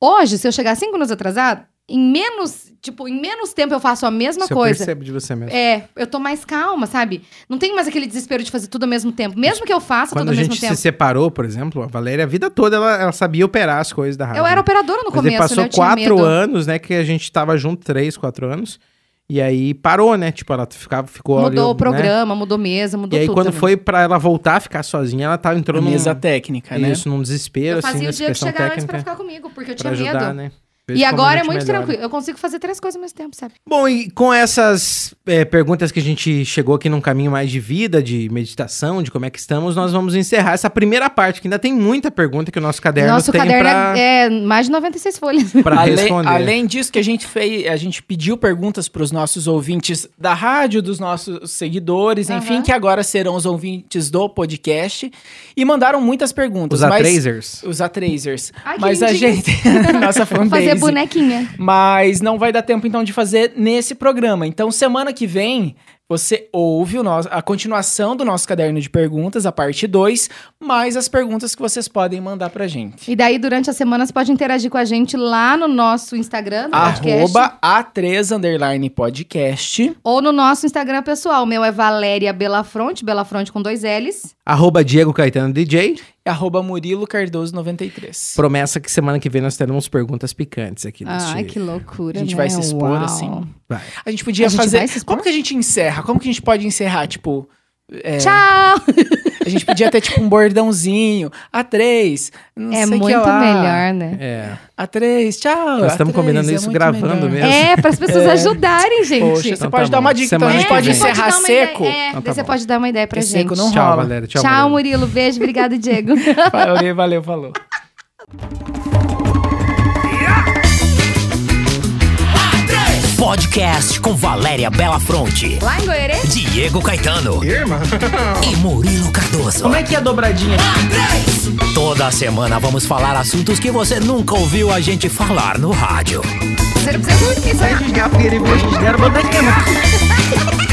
Hoje, se eu chegar cinco minutos atrasado, em menos, tipo, em menos tempo eu faço a mesma
Você
coisa.
percebe de você mesmo.
É, eu tô mais calma, sabe? Não tenho mais aquele desespero de fazer tudo ao mesmo tempo. Mesmo que eu faça tudo
Quando a
ao
gente
mesmo
se
tempo.
separou, por exemplo, a Valéria, a vida toda, ela, ela sabia operar as coisas da rádio.
Eu era operadora no
Mas ele
começo,
passou
né? Eu tinha
quatro
medo.
anos, né? Que a gente tava junto, três, quatro anos. E aí parou, né? Tipo, ela ficava, ficou ali,
Mudou o
né?
programa, mudou mesa,
E
mudou
aí,
tudo. né?
quando
também.
foi pra ela voltar a ficar sozinha, ela tava entrou num,
Mesa técnica, né?
isso, num desespero,
Eu
assim,
fazia o
nessa
dia que
questão
chegar antes pra
técnica.
ficar comigo, porque eu
pra
tinha medo.
ajudar, né? Vejo
E
como a
agora é
gente
muito
melhora.
tranquilo. Eu consigo fazer três coisas ao mesmo tempo, sabe?
Bom, e com essas é, perguntas que a gente chegou aqui num caminho mais de vida, de meditação, de como é que estamos, nós vamos encerrar essa primeira parte, que ainda tem muita pergunta que o nosso caderno
Nosso
tem
caderno
pra,
é é mais de 96 folhas.
pra
além,
responder.
além disso que a gente fez, a gente pediu perguntas para os nossos ouvintes da rádio, dos nossos seguidores,
Aham.
enfim, que agora serão os ouvintes do podcast e mandaram muitas perguntas.
Os
mas-
atrasers.
Os atrasers.
Ai, que
mas a
lindinho.
gente, né? nossa fanbase.
Fazer bonequinha.
Mas não vai dar tempo então de fazer nesse programa. Então semana que vem você ouve o nosso- a continuação do nosso caderno de perguntas, a parte 2, mais as perguntas que vocês podem mandar pra gente.
E daí, durante a semana, você pode interagir com a gente lá no nosso Instagram, do podcast.
Arroba A3 Underline Podcast.
Ou no nosso Instagram pessoal. O meu é Valéria Belafronte, Belafronte com dois L's.
Arroba Diego Caetano DJ.
e Arroba Murilo Cardoso 93.
Promessa que semana que vem nós teremos perguntas picantes aqui neste...
Ai, que loucura.
A gente
né?
vai se expor,
Uau.
assim.
Vai.
A gente podia
A gente
fazer.
vai se expor?
Como que a gente encerra? Como que a gente pode encerrar? Tipo,
É. Tchau!
a gente podia ter tipo um bordãozinho. A3. Não
É
sei
muito
que lá.
melhor, né?
É.
A3, tchau.
Nós estamos
A3,
combinando
é
isso
muito
gravando
melhor.
mesmo.
É, para as pessoas ajudarem, gente. É,
Poxa, você
Então
pode
tá
dar
bom.
uma dica, então a
Semana
gente
que
pode
vem.
você
encerrar
dar uma
seco.
ideia- é,
Então tá
daí você
bom.
pode dar uma ideia pra
Que
gente.
seco não
Tchau,
rola.
Valéria. Tchau,
Tchau,
Murilo.
Murilo. Beijo, obrigado, Diego.
Valeu, valeu, falou.
Podcast com Valéria Belafronte,
Lá em Goiânia.
Diego Caetano e Murilo Cardoso.
Como é que é a dobradinha?
Toda semana vamos falar assuntos que você nunca ouviu a gente falar no rádio.
Vai desgar, porque ele vai desgar, bota aqui, né?